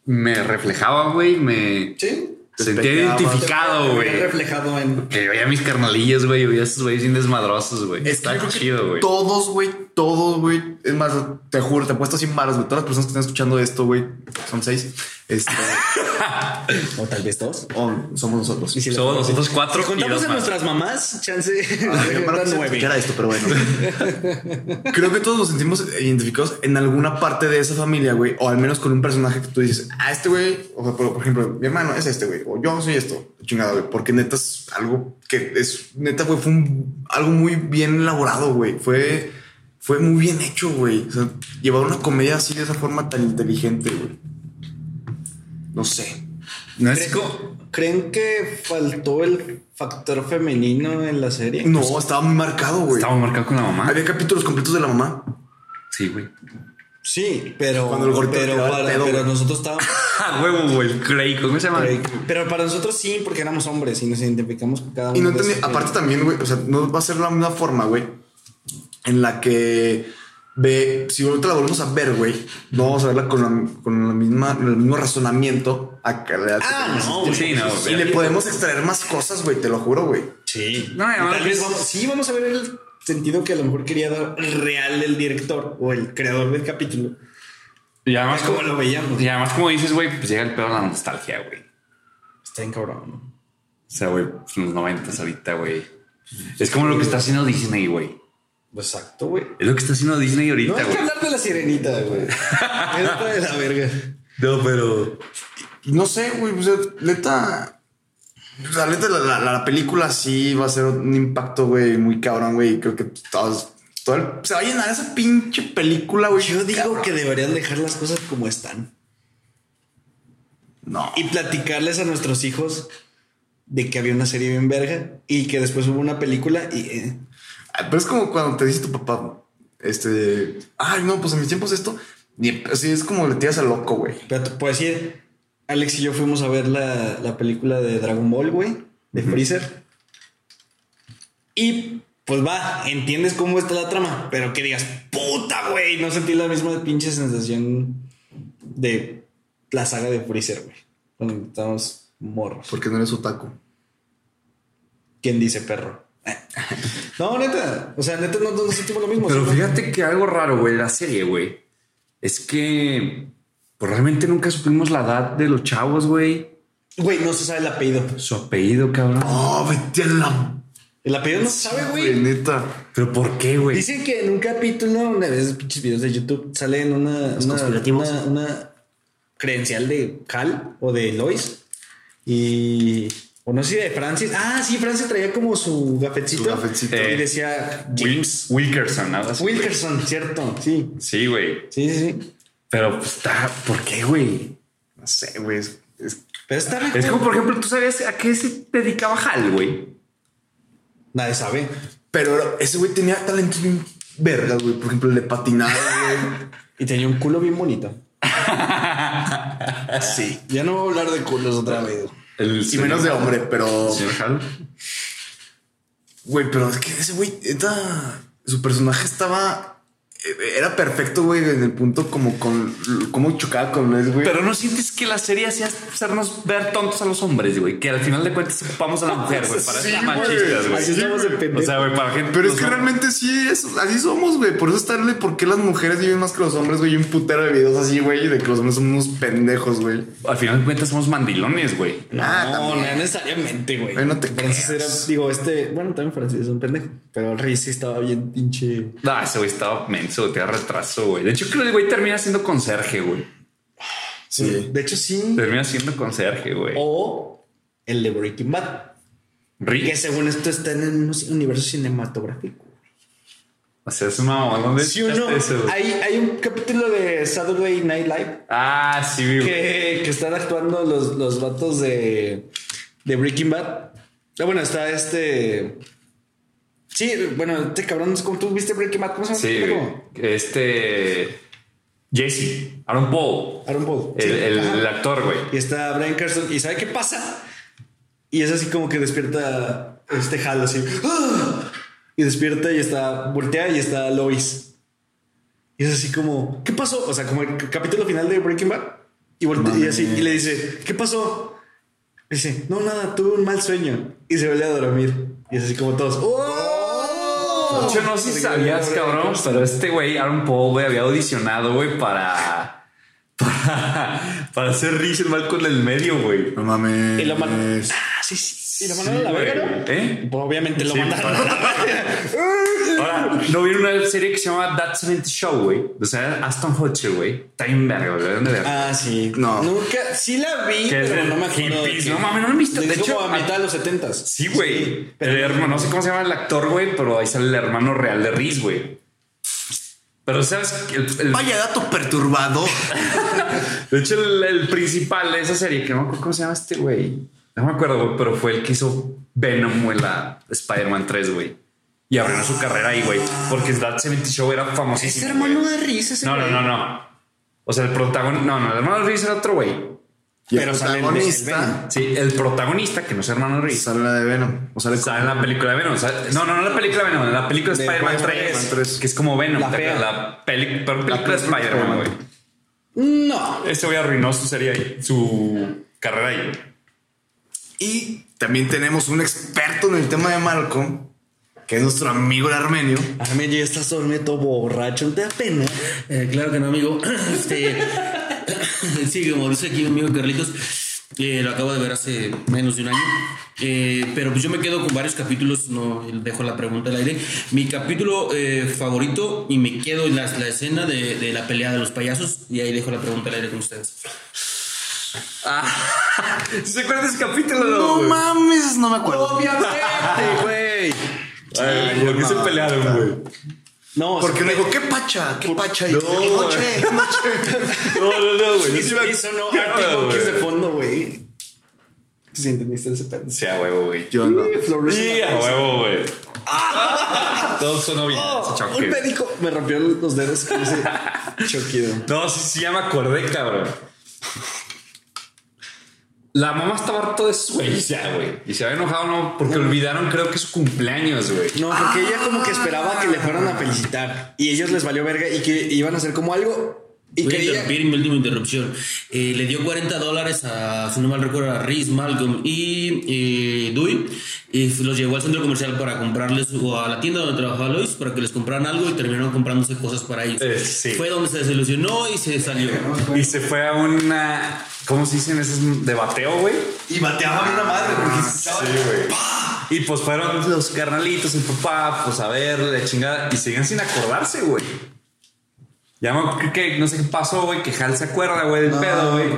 Speaker 2: Me reflejaba, güey, me
Speaker 1: sí.
Speaker 2: sentía
Speaker 3: Despejaba.
Speaker 2: identificado,
Speaker 1: Me he
Speaker 2: güey.
Speaker 1: reflejado en.
Speaker 2: Que yo veía mis carnalillos, güey, yo veía a esos güeyes sin desmadrosos, güey.
Speaker 3: Es que
Speaker 2: Está
Speaker 3: yo creo que
Speaker 2: chido, güey.
Speaker 3: Todos, güey, todos, güey. Es más, te juro, te puesto sin varas, güey. Todas las personas que están escuchando esto, güey, son seis. Este,
Speaker 1: O tal vez dos.
Speaker 3: o somos nosotros.
Speaker 1: Y si
Speaker 2: Somos
Speaker 1: le-
Speaker 2: nosotros
Speaker 1: si
Speaker 2: cuatro y
Speaker 1: contamos
Speaker 2: dos
Speaker 1: a
Speaker 2: más.
Speaker 1: nuestras mamás, chance.
Speaker 3: Ah, yo para
Speaker 1: eran
Speaker 3: que se
Speaker 1: nueve.
Speaker 3: escuchara esto, pero bueno. Creo que todos nos sentimos identificados en alguna parte de esa familia, güey, o al menos con un personaje que tú dices, ah, este güey, o sea, por, por ejemplo, mi hermano es este güey, o yo soy esto, chingado, güey, porque neta es algo que es, neta, güey, fue un- algo muy bien elaborado, güey, fue, fue muy bien hecho, güey, o sea, llevar una comedia así de esa forma tan inteligente, güey. No sé.
Speaker 2: No
Speaker 1: ¿Creen-
Speaker 2: es co-
Speaker 1: ¿Creen que faltó el factor femenino en la serie?
Speaker 3: No, estaba muy marcado, güey.
Speaker 2: Estaba marcado con la mamá.
Speaker 3: Había capítulos completos de la mamá.
Speaker 2: Sí, güey.
Speaker 1: Sí, pero.
Speaker 3: Cuando el gorrito
Speaker 1: pero,
Speaker 3: le tiraba el
Speaker 1: para,
Speaker 3: pedo,
Speaker 1: pero
Speaker 3: güey.
Speaker 1: nosotros estábamos.
Speaker 2: Ah, huevo, güey. Craig, ¿cómo se llama?
Speaker 1: pero, pero para nosotros sí, porque éramos hombres y nos identificamos con cada uno.
Speaker 3: Y no
Speaker 1: de
Speaker 3: entendí,
Speaker 1: esos que-
Speaker 3: aparte también, güey, o sea, no va a ser la misma forma, güey, en la que ve, si ahorita la volvemos a ver, güey, no vamos a verla con, la, con la misma, el mismo razonamiento a que la-
Speaker 1: Ah, no, güey.
Speaker 2: Sí, no,
Speaker 3: Y le podemos extraer más cosas, güey, te lo juro, güey.
Speaker 1: Sí.
Speaker 2: No,
Speaker 1: Y
Speaker 2: además
Speaker 1: tal
Speaker 2: que
Speaker 1: vez
Speaker 2: es-
Speaker 1: vamos- sí, vamos a ver el sentido que a lo mejor quería dar real el director o el creador del capítulo.
Speaker 2: Y además,
Speaker 1: Es como lo veíamos.
Speaker 2: Y además, como dices, güey, pues llega el pedo de la nostalgia, güey. O
Speaker 1: Está en cabrón. ¿no?
Speaker 2: sea, güey, pues, los noventas ahorita, güey. Es como lo que está haciendo Disney, güey.
Speaker 1: Exacto, güey.
Speaker 2: Es lo que está haciendo Disney
Speaker 1: No
Speaker 2: ahorita,
Speaker 1: hay que
Speaker 2: güey.
Speaker 1: hablar de la sirenita, güey. Era de la verga.
Speaker 2: No, pero.
Speaker 3: Y no sé, güey, o sea, neta, o sea, neta, la, la- la película sí va a ser un impacto, güey, muy cabrón, güey, y creo que todos, todo el- se va a llenar esa pinche película, güey.
Speaker 1: Yo digo
Speaker 3: cabrón.
Speaker 1: que deberían dejar las cosas como están
Speaker 3: No.
Speaker 1: y platicarles a nuestros hijos de que había una serie bien verga y que después hubo una película y eh,
Speaker 3: Ah, Pero es como cuando te dice tu papá, este, ay, no, pues en mis tiempos esto. Y em, así es como le tiras al loco, güey.
Speaker 1: Pero te puedo decir, Alex y yo fuimos a ver la, la película de Dragon Ball, güey, de Freezer. Y pues va, entiendes cómo está la trama, pero que digas, puta, güey, no sentí la misma pinche sensación de la saga de Freezer, güey. Cuando estábamos morros.
Speaker 3: Porque no eres otaku.
Speaker 1: ¿Quién dice perro? no, neta, o sea, neta no, no sentimos lo mismo.
Speaker 2: Pero
Speaker 1: solo-
Speaker 2: fíjate que algo raro, güey, de la serie, güey. Es que. Pues realmente nunca supimos la edad de los chavos, güey.
Speaker 1: Güey, no se sabe el apellido.
Speaker 2: Su apellido, cabrón.
Speaker 3: Oh, vete a la.
Speaker 1: El apellido no se sabe, güey.
Speaker 3: Güey, neta.
Speaker 2: Pero ¿por qué, güey?
Speaker 1: Dicen que en un capítulo, una vez pinches videos de YouTube, salen una, una,
Speaker 3: conspirativos.
Speaker 1: una- una credencial de Hal o de Lois. Y. O no sé si de Francis. Ah, sí, Francis traía como su gafetcito.
Speaker 3: Su gafetcito.
Speaker 1: Y decía
Speaker 2: James Wilkerson, nada más.
Speaker 1: Wilkerson, ¿cierto? Sí.
Speaker 2: Sí, güey.
Speaker 1: Sí, sí, sí.
Speaker 2: Pero pues, está. ¿Por qué, güey?
Speaker 3: No sé, güey. es- es-
Speaker 1: Pero está rico.
Speaker 2: Es como, por ejemplo, ¿tú sabías a qué se dedicaba Hal, güey?
Speaker 1: Nadie sabe.
Speaker 3: Pero ese güey tenía talentos bien vergas, güey. Por ejemplo, el de patinar, güey.
Speaker 1: Y tenía un culo bien bonito.
Speaker 3: Sí.
Speaker 1: Ya no voy a hablar de culos otra vez.
Speaker 2: El
Speaker 3: Y menos de hombre, pero.
Speaker 2: señor Hal.
Speaker 3: Güey, pero es que ese güey, neta, su personaje estaba. e, Era perfecto, güey, en el punto como con. Como chocaba con él, güey.
Speaker 2: Pero no sientes que la serie hacía hacernos ver tontos a los hombres, güey. Que al final de cuentas ocupamos a la mujer, güey, para
Speaker 3: Sí,
Speaker 2: ser
Speaker 3: güey.
Speaker 2: machistas, güey.
Speaker 1: Así estamos de
Speaker 2: O
Speaker 1: pendejos.
Speaker 2: sea, güey, para gente.
Speaker 3: Pero es
Speaker 2: los
Speaker 3: que
Speaker 2: hom-
Speaker 3: realmente sí, es, así somos, güey. Por eso estarle por qué las mujeres viven más que los hombres, güey. Y Un putero de videos así, güey, de que los hombres son unos pendejos, güey.
Speaker 2: Al final de cuentas somos mandilones, güey.
Speaker 3: Ah,
Speaker 1: no,
Speaker 3: también.
Speaker 1: no necesariamente, güey.
Speaker 3: Ay, no te
Speaker 1: Francis era,
Speaker 3: creas.
Speaker 1: digo, este, bueno, también Francis es un pendejo, pero el rey sí estaba bien pinche.
Speaker 2: Ah, ese güey estaba menso, te da retraso, güey. De hecho, creo que el güey termina siendo conserje, güey.
Speaker 3: Sí.
Speaker 1: De hecho, sí.
Speaker 2: Termina siendo conserje, güey.
Speaker 1: O el de Breaking Bad, que
Speaker 2: Rick.
Speaker 1: según esto está en un universo cinematográfico.
Speaker 2: O sea, es un mamón. ¿Dónde
Speaker 1: Si uno,
Speaker 2: escuchaste eso, güey?
Speaker 1: hay, hay un capítulo de Saturday Night Live
Speaker 2: Ah, sí, güey.
Speaker 1: que, que están actuando los, los vatos de, de Breaking Bad. Ah, bueno, está este. Sí, bueno, este cabrón, es como tú viste Breaking Bad, ¿cómo se llama?
Speaker 2: Sí,
Speaker 1: este
Speaker 2: güey.
Speaker 1: pendejo?
Speaker 2: Este. Jesse. Aaron Paul.
Speaker 1: Aaron Paul.
Speaker 2: El, el-
Speaker 1: Ajá.
Speaker 2: el actor, güey.
Speaker 1: Y está Brian Carson y sabe qué pasa. Y es así como que despierta este Hal así. ¡ah! Y despierta y está voltea y está Lois. Y es así como, ¿qué pasó? O sea, como el c- capítulo final de Breaking Bad. Y, voltea, y así y le dice, ¿qué pasó? Y dice, no, nada, tuve un mal sueño. Y se vuelve a dormir. Y es así como todos. ¡Oh!
Speaker 2: De hecho, no sé si sabías, cabrón, pero este güey, Aaron Paul, güey, había audicionado, güey, para. Para, para ser Rich el mal con el medio, güey.
Speaker 3: No mames.
Speaker 1: Y lo mandaron. Ah, sí, sí. Y lo mandaron a la
Speaker 2: Sí,
Speaker 1: verga,
Speaker 2: güey.
Speaker 1: ¿no?
Speaker 2: ¿Eh?
Speaker 1: Pues, Obviamente lo
Speaker 2: Sí,
Speaker 1: mandaron a la
Speaker 2: Ahora, no vieron una serie que se llama That 70 Show, güey. O sea, Aston Hutcher, güey. Está bien verga, güey. ¿Dónde verga?
Speaker 1: Ah, sí.
Speaker 3: No.
Speaker 1: Nunca, sí la vi,
Speaker 2: Que es
Speaker 1: pero
Speaker 2: de
Speaker 1: no me acuerdo.
Speaker 2: hippies,
Speaker 1: de
Speaker 2: no
Speaker 1: qué.
Speaker 2: mames, no la he visto.
Speaker 1: Es
Speaker 2: De hecho,
Speaker 1: como a
Speaker 2: a-
Speaker 1: mitad de los setentas.
Speaker 2: Sí, güey.
Speaker 1: pero
Speaker 2: el hermano, no sé cómo se llama el actor, güey, pero ahí sale el hermano real de Riz, güey. Pero sabes que el- el-
Speaker 3: Vaya dato perturbador.
Speaker 2: de hecho, el, el principal de esa serie, que no me acuerdo cómo se llama este güey. No me acuerdo, güey, pero fue el que hizo Venom güey, en la Spider-Man 3, güey. Y abrió su carrera ahí, güey. Porque That 70 Show era famosísimo. güey.
Speaker 1: de risa ese
Speaker 2: No, no,
Speaker 1: güey.
Speaker 2: no, no. O sea, el protagonista. No, no, el hermano Reeves era otro güey.
Speaker 3: Y el
Speaker 1: Pero sale el- el Venom.
Speaker 3: protagonista
Speaker 2: Sí, el protagonista, que no es hermano Reeves,
Speaker 3: sale la de Venom. O sale
Speaker 2: O sea, en la película de Venom. o sea, no, no, no en la película de Venom, en la película de
Speaker 1: De
Speaker 2: Spider-Man
Speaker 1: Spider-Man
Speaker 2: 3,
Speaker 3: 3.
Speaker 2: Que es como Venom.
Speaker 1: La
Speaker 2: ¿te acuerdas?
Speaker 1: fea.
Speaker 2: La peli- pero película
Speaker 3: película
Speaker 2: de Spider-Man, güey.
Speaker 3: Spider-Man.
Speaker 1: No.
Speaker 2: Este güey arruinó su serie ahí, su carrera ahí. güey.
Speaker 3: Y también tenemos un experto en el tema de Malcolm, que es nuestro amigo el armenio.
Speaker 1: Arme, ya estás dormido todo borracho. No te da pena.
Speaker 4: Eh, claro que no, amigo. Este, sigue Mauricio aquí, amigo Carlitos. Eh, lo acabo de ver hace menos de un año. Eh, pero pues yo me quedo con varios capítulos. No dejo la pregunta al aire. Mi capítulo eh, favorito y me quedo en la, la escena de, de la pelea de los payasos. Y ahí dejo la pregunta al aire con ustedes.
Speaker 2: ¿Se acuerdan de ese capítulo?
Speaker 3: No
Speaker 2: güey?
Speaker 3: mames, no me acuerdo.
Speaker 1: Obviamente, güey.
Speaker 2: Ay, ¿Por qué se pelearon, güey?
Speaker 1: No,
Speaker 3: Porque
Speaker 1: sí,
Speaker 3: me dijo, ¿qué pacha? ¿Qué pacha? Y
Speaker 2: no,
Speaker 3: yo, "Qué noche, qué noche.
Speaker 2: No, no, no, güey.
Speaker 1: Eso eso no, Arctic Monkeys de fondo, güey. Si entendiste ese pedo.
Speaker 2: Sí, a huevo, güey.
Speaker 3: Yo no.
Speaker 1: Sí, flores en la
Speaker 2: Sí, a
Speaker 1: cabeza.
Speaker 2: huevo, güey. Todo sonó bien. ese choque.
Speaker 1: Un médico me rompió los dedos con ese choquido.
Speaker 2: No, sí, sí, ya me acordé, cabrón. La mamá estaba harto de su güey, ya, güey. Y se había enojado, no, porque olvidaron, creo que su cumpleaños, güey.
Speaker 1: No, porque ella como que esperaba que le fueran a felicitar y ellos les valió verga y que iban a hacer como algo y
Speaker 4: Voy a
Speaker 1: que ella
Speaker 4: interrumpir mi última interrupción. Eh, le dio 40 dólares a, si no mal recuerdo, a Reese, Malcolm y eh, Dewey. Y los llevó al centro comercial para comprarles, o a la tienda donde trabajaba Lois, para que les compraran algo y terminaron comprándose cosas para ellos.
Speaker 2: Eh, sí.
Speaker 4: Fue donde se desilusionó y se salió.
Speaker 2: Y se fue a una. ¿Cómo se dicen esos de bateo, güey?
Speaker 3: Y bateaba a una madre porque
Speaker 2: Sí, güey. Y pues fueron los carnalitos, el papá, pues a ver, la chingada. Y siguen sin acordarse, güey. Ya me acuerdo que no sé qué pasó, güey, que Hal se acuerda, güey, del pedo, güey.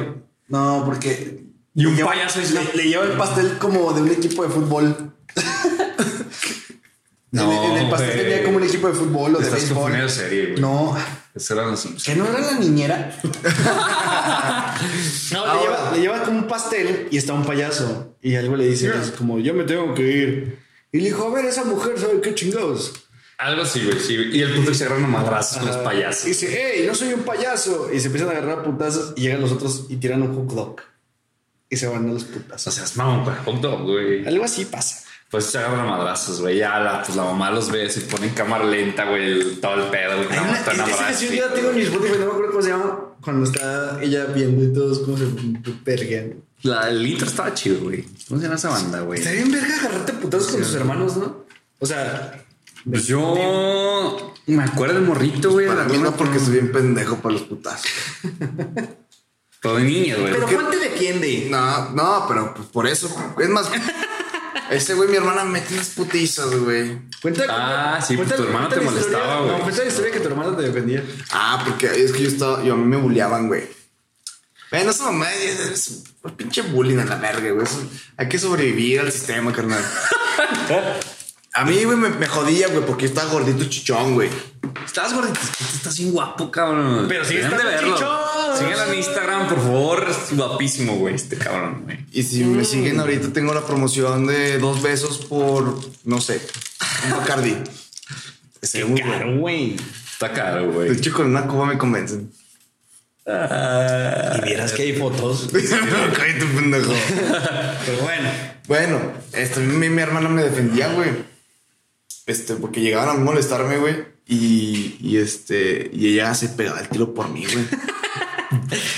Speaker 1: No, porque
Speaker 2: Y un
Speaker 1: le lleva-
Speaker 2: payaso es
Speaker 1: le,
Speaker 2: una-
Speaker 1: le lleva el pastel como de un equipo de fútbol.
Speaker 2: No,
Speaker 1: en, el- en el pastel
Speaker 2: güey.
Speaker 1: tenía como un equipo de fútbol o de
Speaker 2: Estás
Speaker 1: béisbol.
Speaker 2: confundiendo serie, güey.
Speaker 1: No,
Speaker 2: Esos eran los Simpsons.
Speaker 1: que no era la niñera.
Speaker 4: No,
Speaker 1: Le lleva, le lleva como un pastel y está un payaso. Y algo le dice, pues, como yo me tengo que ir. Y le dijo, a ver, esa mujer sabe qué chingados.
Speaker 2: Algo así, güey, sí. güey. Y el puto se agarran a madrazos con los
Speaker 1: Y
Speaker 2: payasos.
Speaker 1: dice, hey, no soy un payaso. Y se empiezan a agarrar a putazos y llegan los otros y tiran un hook dog. Y se van a los
Speaker 2: O
Speaker 1: putazos.
Speaker 2: sea, es mamón, güey. Hot dog, güey.
Speaker 1: Algo así pasa.
Speaker 2: Pues se agarran a madrazos, güey. Ya, la, pues la mamá los ve, se pone en cámara lenta, güey. el- Todo el pedo, güey.
Speaker 1: Hay una,
Speaker 2: la mamá está
Speaker 1: esa
Speaker 2: enamorada,
Speaker 1: canción
Speaker 2: sí.
Speaker 1: yo la tengo en mi Spotify, no me acuerdo cómo se llama. Cuando está ella viendo y todos como se perguean.
Speaker 2: La- El intro estaba chido, güey. ¿Cómo se llama esa banda, güey?
Speaker 1: Está bien verga agarrarte a putazos con tus hermanos, ¿no? O sea,
Speaker 2: Pues yo me acuerdo del morrito, güey.
Speaker 3: Para
Speaker 2: la
Speaker 3: mí no,
Speaker 2: misma-
Speaker 3: porque estoy bien pendejo para los putazos.
Speaker 2: Todo de niña, güey.
Speaker 1: pero
Speaker 3: ¿qué?
Speaker 1: Juan te defiende.
Speaker 3: No, no, pero pues por eso. Es más, ese güey, mi hermana, mete unas putizas, güey.
Speaker 1: Cuenta,
Speaker 2: Ah, sí, pues, tu hermano
Speaker 1: cuenta
Speaker 2: te
Speaker 1: la historia-
Speaker 2: molestaba, güey.
Speaker 1: No, cuenta la historia que tu hermana te defendía.
Speaker 3: Ah, porque es que yo estaba, yo a mí me bulleaban, güey. Bueno, esa mamá es, es un pinche bullying a la verga, güey. Eso- Hay que sobrevivir al sistema, carnal. A mí, güey, me, me jodía, güey, porque yo estaba gordito chichón, güey.
Speaker 2: Estás gordito, estás bien guapo, cabrón.
Speaker 1: Pero sí
Speaker 2: Deberían
Speaker 1: está
Speaker 2: de verlo.
Speaker 1: chichón.
Speaker 2: Síguelo en Instagram, por favor. Es guapísimo, güey, este cabrón, güey.
Speaker 3: Y si me siguen ahorita, tengo la promoción de dos besos por, no sé, un Bacardi. Seguro. güey.
Speaker 2: güey. Está caro,
Speaker 3: De
Speaker 2: güey.
Speaker 3: hecho, con una copa me convencen.
Speaker 1: Y vieras que hay fotos.
Speaker 3: Cállate, pendejo.
Speaker 1: Pero bueno.
Speaker 3: Bueno, este, mi, mi hermana me defendía, güey. Este, porque llegaban a molestarme, güey. Y, y este, y ella se pegaba el tiro por mí, güey.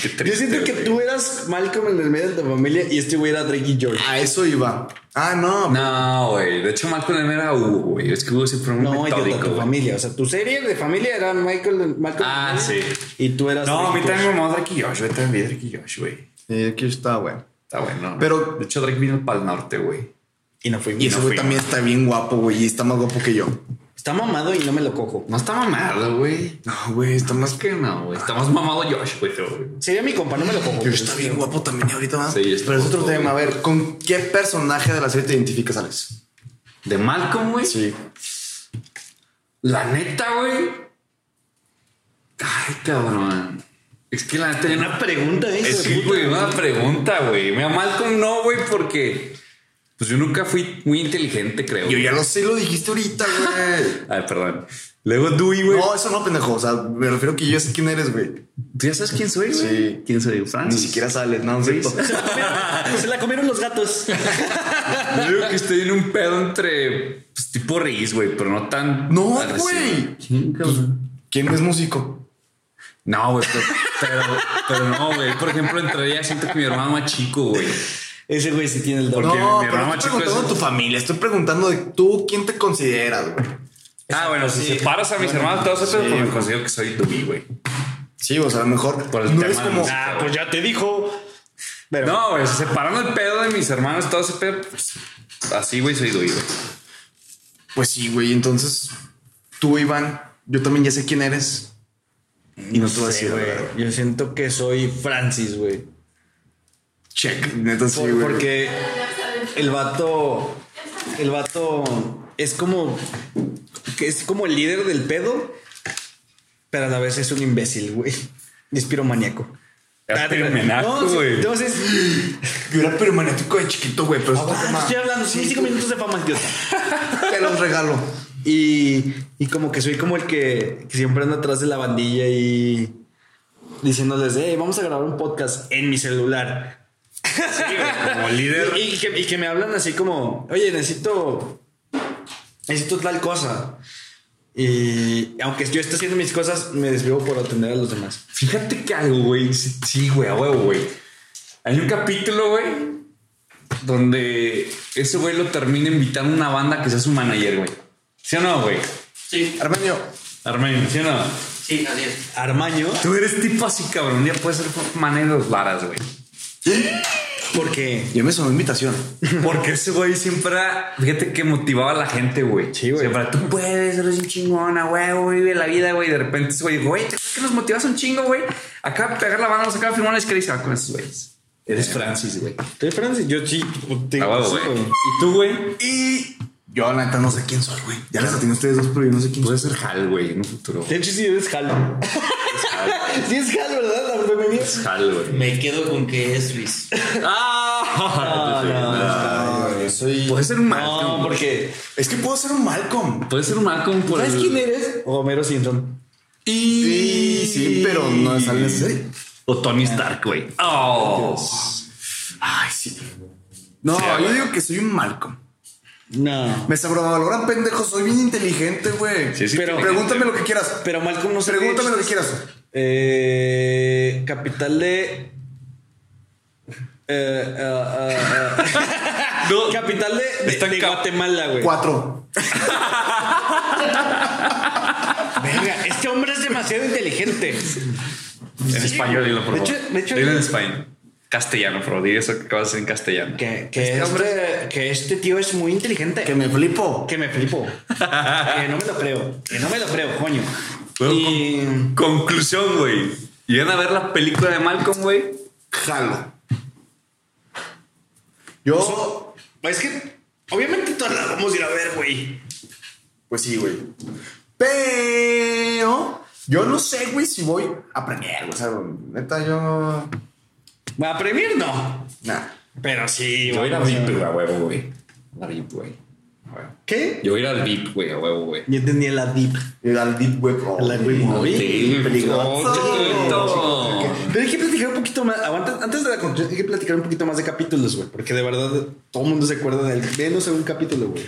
Speaker 2: Qué
Speaker 1: Yo
Speaker 2: triste,
Speaker 1: siento que
Speaker 2: güey.
Speaker 1: tú eras Malcolm en el medio de tu familia y este güey era Drake y George.
Speaker 3: A eso iba. Ah, no.
Speaker 2: No, güey. De hecho, Malcolm M era Hugo, güey. Es que Hugo siempre fue un
Speaker 1: No, idiota,
Speaker 2: metódico.
Speaker 1: tu
Speaker 2: güey.
Speaker 1: familia. O sea, tu serie de familia era Michael, Malcolm.
Speaker 2: Ah,
Speaker 1: en el medio,
Speaker 2: sí.
Speaker 1: Y tú eras.
Speaker 2: No, a
Speaker 1: Drake
Speaker 2: mí
Speaker 1: y
Speaker 2: también
Speaker 1: George.
Speaker 2: me mamó Drake y Josh, güey. También vi Drake y Josh, güey.
Speaker 3: Eh, aquí está, güey.
Speaker 2: Está bueno.
Speaker 3: Pero-
Speaker 2: de hecho, Drake vino para el norte, güey.
Speaker 1: Y no fui.
Speaker 3: Y ese
Speaker 2: no
Speaker 3: güey
Speaker 2: fui.
Speaker 3: también está bien guapo, güey. Y está más guapo que yo.
Speaker 1: Está mamado y no me lo cojo.
Speaker 2: No está mamado, güey.
Speaker 3: No, güey, está
Speaker 2: Más que no, güey. Está más mamado Josh, güey. creo, güey.
Speaker 1: Sería mi compa, no me lo cojo.
Speaker 3: Yo está bien guapo también ahorita, ¿verdad?
Speaker 2: Sí, está
Speaker 3: Pero es otro
Speaker 2: guapo,
Speaker 3: tema. A ver, ¿con qué personaje de la serie te identificas, Alex?
Speaker 2: De Malcolm, güey. La neta, güey. cabrón. Es que la neta yo no
Speaker 1: Una pregunta, ¿eh?
Speaker 2: Es que, güey, una pregunta, güey. Me Malcolm no, güey, porque pues yo nunca fui muy inteligente, creo.
Speaker 3: Yo ya lo sé, lo dijiste ahorita, güey.
Speaker 2: Ay, perdón. Luego Dewey, güey.
Speaker 3: No, eso no, pendejo. O sea, me refiero que yo ya sé quién eres, güey.
Speaker 2: ¿Tú ya sabes quién soy, güey?
Speaker 3: Sí.
Speaker 2: ¿Quién soy?
Speaker 3: Ni
Speaker 2: Francis.
Speaker 3: siquiera sales, no, no es cierto.
Speaker 1: Se la comieron los gatos.
Speaker 2: Yo digo que estoy en un pedo entre pues, tipo Riz, güey, pero no tan.
Speaker 3: No,
Speaker 2: agresivo.
Speaker 3: Ah, güey.
Speaker 2: ¿Quién, cabrón?
Speaker 3: ¿Quién es músico?
Speaker 2: No, güey, pero, pero, pero no, güey. Por ejemplo, entre ellas siento que mi hermano más chico, güey.
Speaker 1: Ese güey sí tiene el don.
Speaker 2: Porque mi
Speaker 3: no, pero
Speaker 2: hermano
Speaker 3: no
Speaker 2: más
Speaker 3: estoy
Speaker 2: chico
Speaker 3: preguntando
Speaker 2: es-
Speaker 3: de tu familia. Estoy preguntando de tú, ¿quién te consideras, güey?
Speaker 2: Ah, bueno, si separas a mis hermanos, todos esos, pues me considero que soy Dewey, güey.
Speaker 3: Sí, o sea, a lo mejor
Speaker 2: Por el
Speaker 3: no
Speaker 2: tema
Speaker 3: eres
Speaker 2: de
Speaker 3: como...
Speaker 2: música.
Speaker 1: Ah, pues ya te dijo. Pero
Speaker 2: No, güey, se separando el pedo de mis hermanos, todo ese pedo. pues, así, güey, soy doy, güey.
Speaker 3: Pues sí, güey, entonces tú, Iván, yo también ya sé quién eres. Y no, te voy a
Speaker 1: Sí,
Speaker 3: decir,
Speaker 1: güey.
Speaker 3: güey.
Speaker 1: Yo siento que soy Francis, güey.
Speaker 3: Check, neta sí,
Speaker 1: Por-
Speaker 3: güey.
Speaker 1: porque el vato. El vato es como. Que es como el líder del pedo, pero a la vez es un imbécil, güey. Es piromaníaco.
Speaker 2: Ya
Speaker 1: Ah, te-
Speaker 2: piromaníaco,
Speaker 1: no, sí,
Speaker 2: güey.
Speaker 1: Entonces,
Speaker 3: Yo era permanentico de chiquito, güey, pero es otro
Speaker 1: ah,
Speaker 3: tema.
Speaker 1: estoy hablando, son cinco minutos de fama, idiota.
Speaker 3: Te los regalo.
Speaker 1: Y, y como que soy como el que, que siempre anda atrás de la bandilla y diciéndoles, hey, vamos a grabar un podcast en mi celular.
Speaker 2: Como líder.
Speaker 1: Y, y que, y que me hablan así como, oye, necesito, necesito tal cosa. Y aunque yo esté haciendo mis cosas, me desvivo por atender a los demás.
Speaker 2: Fíjate que algo, güey. Sí, sí, güey, a huevo, güey. Hay un capítulo, güey, donde ese güey lo termina invitando a una banda que sea su manager, güey. ¿Sí o no, güey?
Speaker 4: Sí,
Speaker 3: Armenio,
Speaker 2: Armen, ¿sí o no?
Speaker 4: sí, así es.
Speaker 1: Armaño,
Speaker 2: Tú eres tipo así, cabrón. Un día puedes ser manager de los varas, güey.
Speaker 1: porque
Speaker 3: ya me sonó invitación.
Speaker 2: Porque ese güey siempre era, fíjate que motivaba a la gente, güey.
Speaker 1: Sí, güey.
Speaker 2: Siempre, tú puedes, eres un chingona, güey, güey, vive la vida, güey. De repente ese güey, güey, te crees que nos motivas un chingo, güey. Acaba de pegar la banda, nos acaba de firmar la disquera y se va con esos güeyes. Eres Francis, güey.
Speaker 1: estoy Francis, yo sí, te
Speaker 2: Ah,
Speaker 1: digo,
Speaker 2: huevo,
Speaker 1: sí,
Speaker 2: güey.
Speaker 1: güey.
Speaker 2: Y tú, güey,
Speaker 3: Y yo, la neta, no sé quién soy, güey. Ya les atiendo a ustedes dos, pero yo no sé quién soy.
Speaker 2: puedes ser Hal, güey, en un futuro.
Speaker 1: De hecho, sí es Hal. sí es Hal, ¿verdad? La femenina.
Speaker 2: Hal, güey.
Speaker 4: Me quedo con que es Luis.
Speaker 2: Ah, te estoy viendo.
Speaker 3: Ah, yo soy...
Speaker 2: Puedes ser un
Speaker 1: No,
Speaker 2: Malcolm.
Speaker 1: porque
Speaker 3: Es que puedo ser un Malcolm.
Speaker 2: Puedes ser un Malcolm por
Speaker 1: ¿sabes
Speaker 2: el-
Speaker 1: quién eres? Homero Simpson.
Speaker 3: Sí, sí, pero no es alguien así.
Speaker 2: O Tony Stark, güey. Oh.
Speaker 3: Ay, sí. No,
Speaker 2: Sí,
Speaker 3: yo
Speaker 2: güey.
Speaker 3: digo que soy un Malcolm.
Speaker 1: No.
Speaker 3: Me sobrevaloran, pendejo. Soy bien inteligente, güey.
Speaker 2: Sí, sí,
Speaker 3: pero
Speaker 2: inteligente.
Speaker 3: pregúntame lo que quieras.
Speaker 1: Pero Malcolm no se
Speaker 3: Pregúntame lo que quieras.
Speaker 1: Eh, capital de. Eh, ah, ah, ah.
Speaker 2: No.
Speaker 1: capital de, de,
Speaker 2: Está en
Speaker 1: de
Speaker 2: Cap-
Speaker 1: Guatemala, güey.
Speaker 3: Cuatro.
Speaker 1: Venga, este hombre es demasiado inteligente.
Speaker 2: En español, dilo, por
Speaker 1: De
Speaker 2: favor.
Speaker 1: hecho- de hecho-
Speaker 2: dilo en español. Castellano, por favor. Dile eso que acabas de decir en castellano.
Speaker 1: Que, que
Speaker 2: Este
Speaker 1: este,
Speaker 2: hombre-
Speaker 1: que este tío es muy inteligente.
Speaker 3: Que
Speaker 1: Que,
Speaker 3: me flipo.
Speaker 1: me flipo. que no me lo creo. Que no me lo creo, coño.
Speaker 2: Luego,
Speaker 1: Y-
Speaker 2: con- Conclusión, güey. Llegan a ver la película de Malcolm, güey.
Speaker 3: Jalo. Yo.
Speaker 1: Es que, obviamente, todas las vamos a ir a ver, güey.
Speaker 3: Pues sí, güey. Pero. Yo no sé, güey, si voy a premiar. O sea, neta, yo.
Speaker 1: A Premier no.
Speaker 3: Nah.
Speaker 1: Pero sí,
Speaker 2: Yo voy a ir al
Speaker 1: vamos a
Speaker 2: VIP,
Speaker 1: ver.
Speaker 2: güey, a huevo, güey. La VIP, güey. A huevo.
Speaker 1: ¿Qué?
Speaker 2: Yo voy a ir al VIP, güey, a huevo, güey.
Speaker 1: Yo tenía la dip.
Speaker 3: El al deep web. oh,
Speaker 1: La Deep Web.
Speaker 3: güey,
Speaker 2: Sí,
Speaker 3: Peligroso.
Speaker 2: chiquito.
Speaker 1: Pero hay que platicar un poquito más. Aguanta, antes de la conclusión, hay que platicar un poquito más de capítulos, güey. Porque de verdad todo el mundo se acuerda del menos de un capítulo, güey.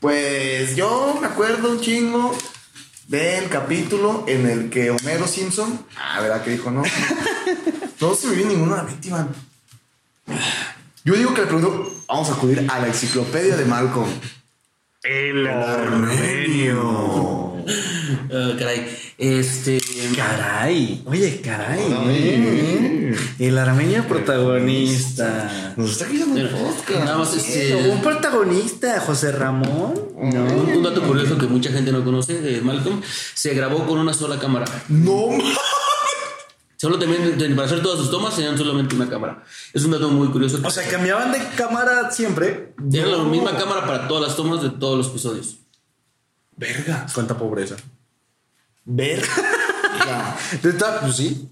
Speaker 3: Pues yo me acuerdo un chingo del capítulo en el que Homero Simpson. Ah, ¿verdad que dijo no? no se me viene ninguna a la mente, Iván. Yo digo que le pregunto, vamos a acudir a la enciclopedia de Malcolm.
Speaker 1: El
Speaker 3: Armenio.
Speaker 4: Ah, caray. Este.
Speaker 1: Caray. Oye, caray.
Speaker 3: Ay.
Speaker 1: El armenio protagonista.
Speaker 3: Nos está quitando el
Speaker 4: Mira,
Speaker 3: podcast.
Speaker 4: nada más este.
Speaker 1: Un protagonista, José Ramón.
Speaker 4: Un, un dato curioso que mucha gente no conoce de Malcolm, se grabó con una sola cámara.
Speaker 3: No mames.
Speaker 4: Solo también, de- para hacer todas sus tomas, tenían solamente una cámara. Es un dato muy curioso.
Speaker 1: O sea, cambiaban de cámara siempre.
Speaker 4: Era la misma cámara para todas las tomas de todos los episodios.
Speaker 1: Verga. Cuánta pobreza. Verga. Nah, neta, pues sí.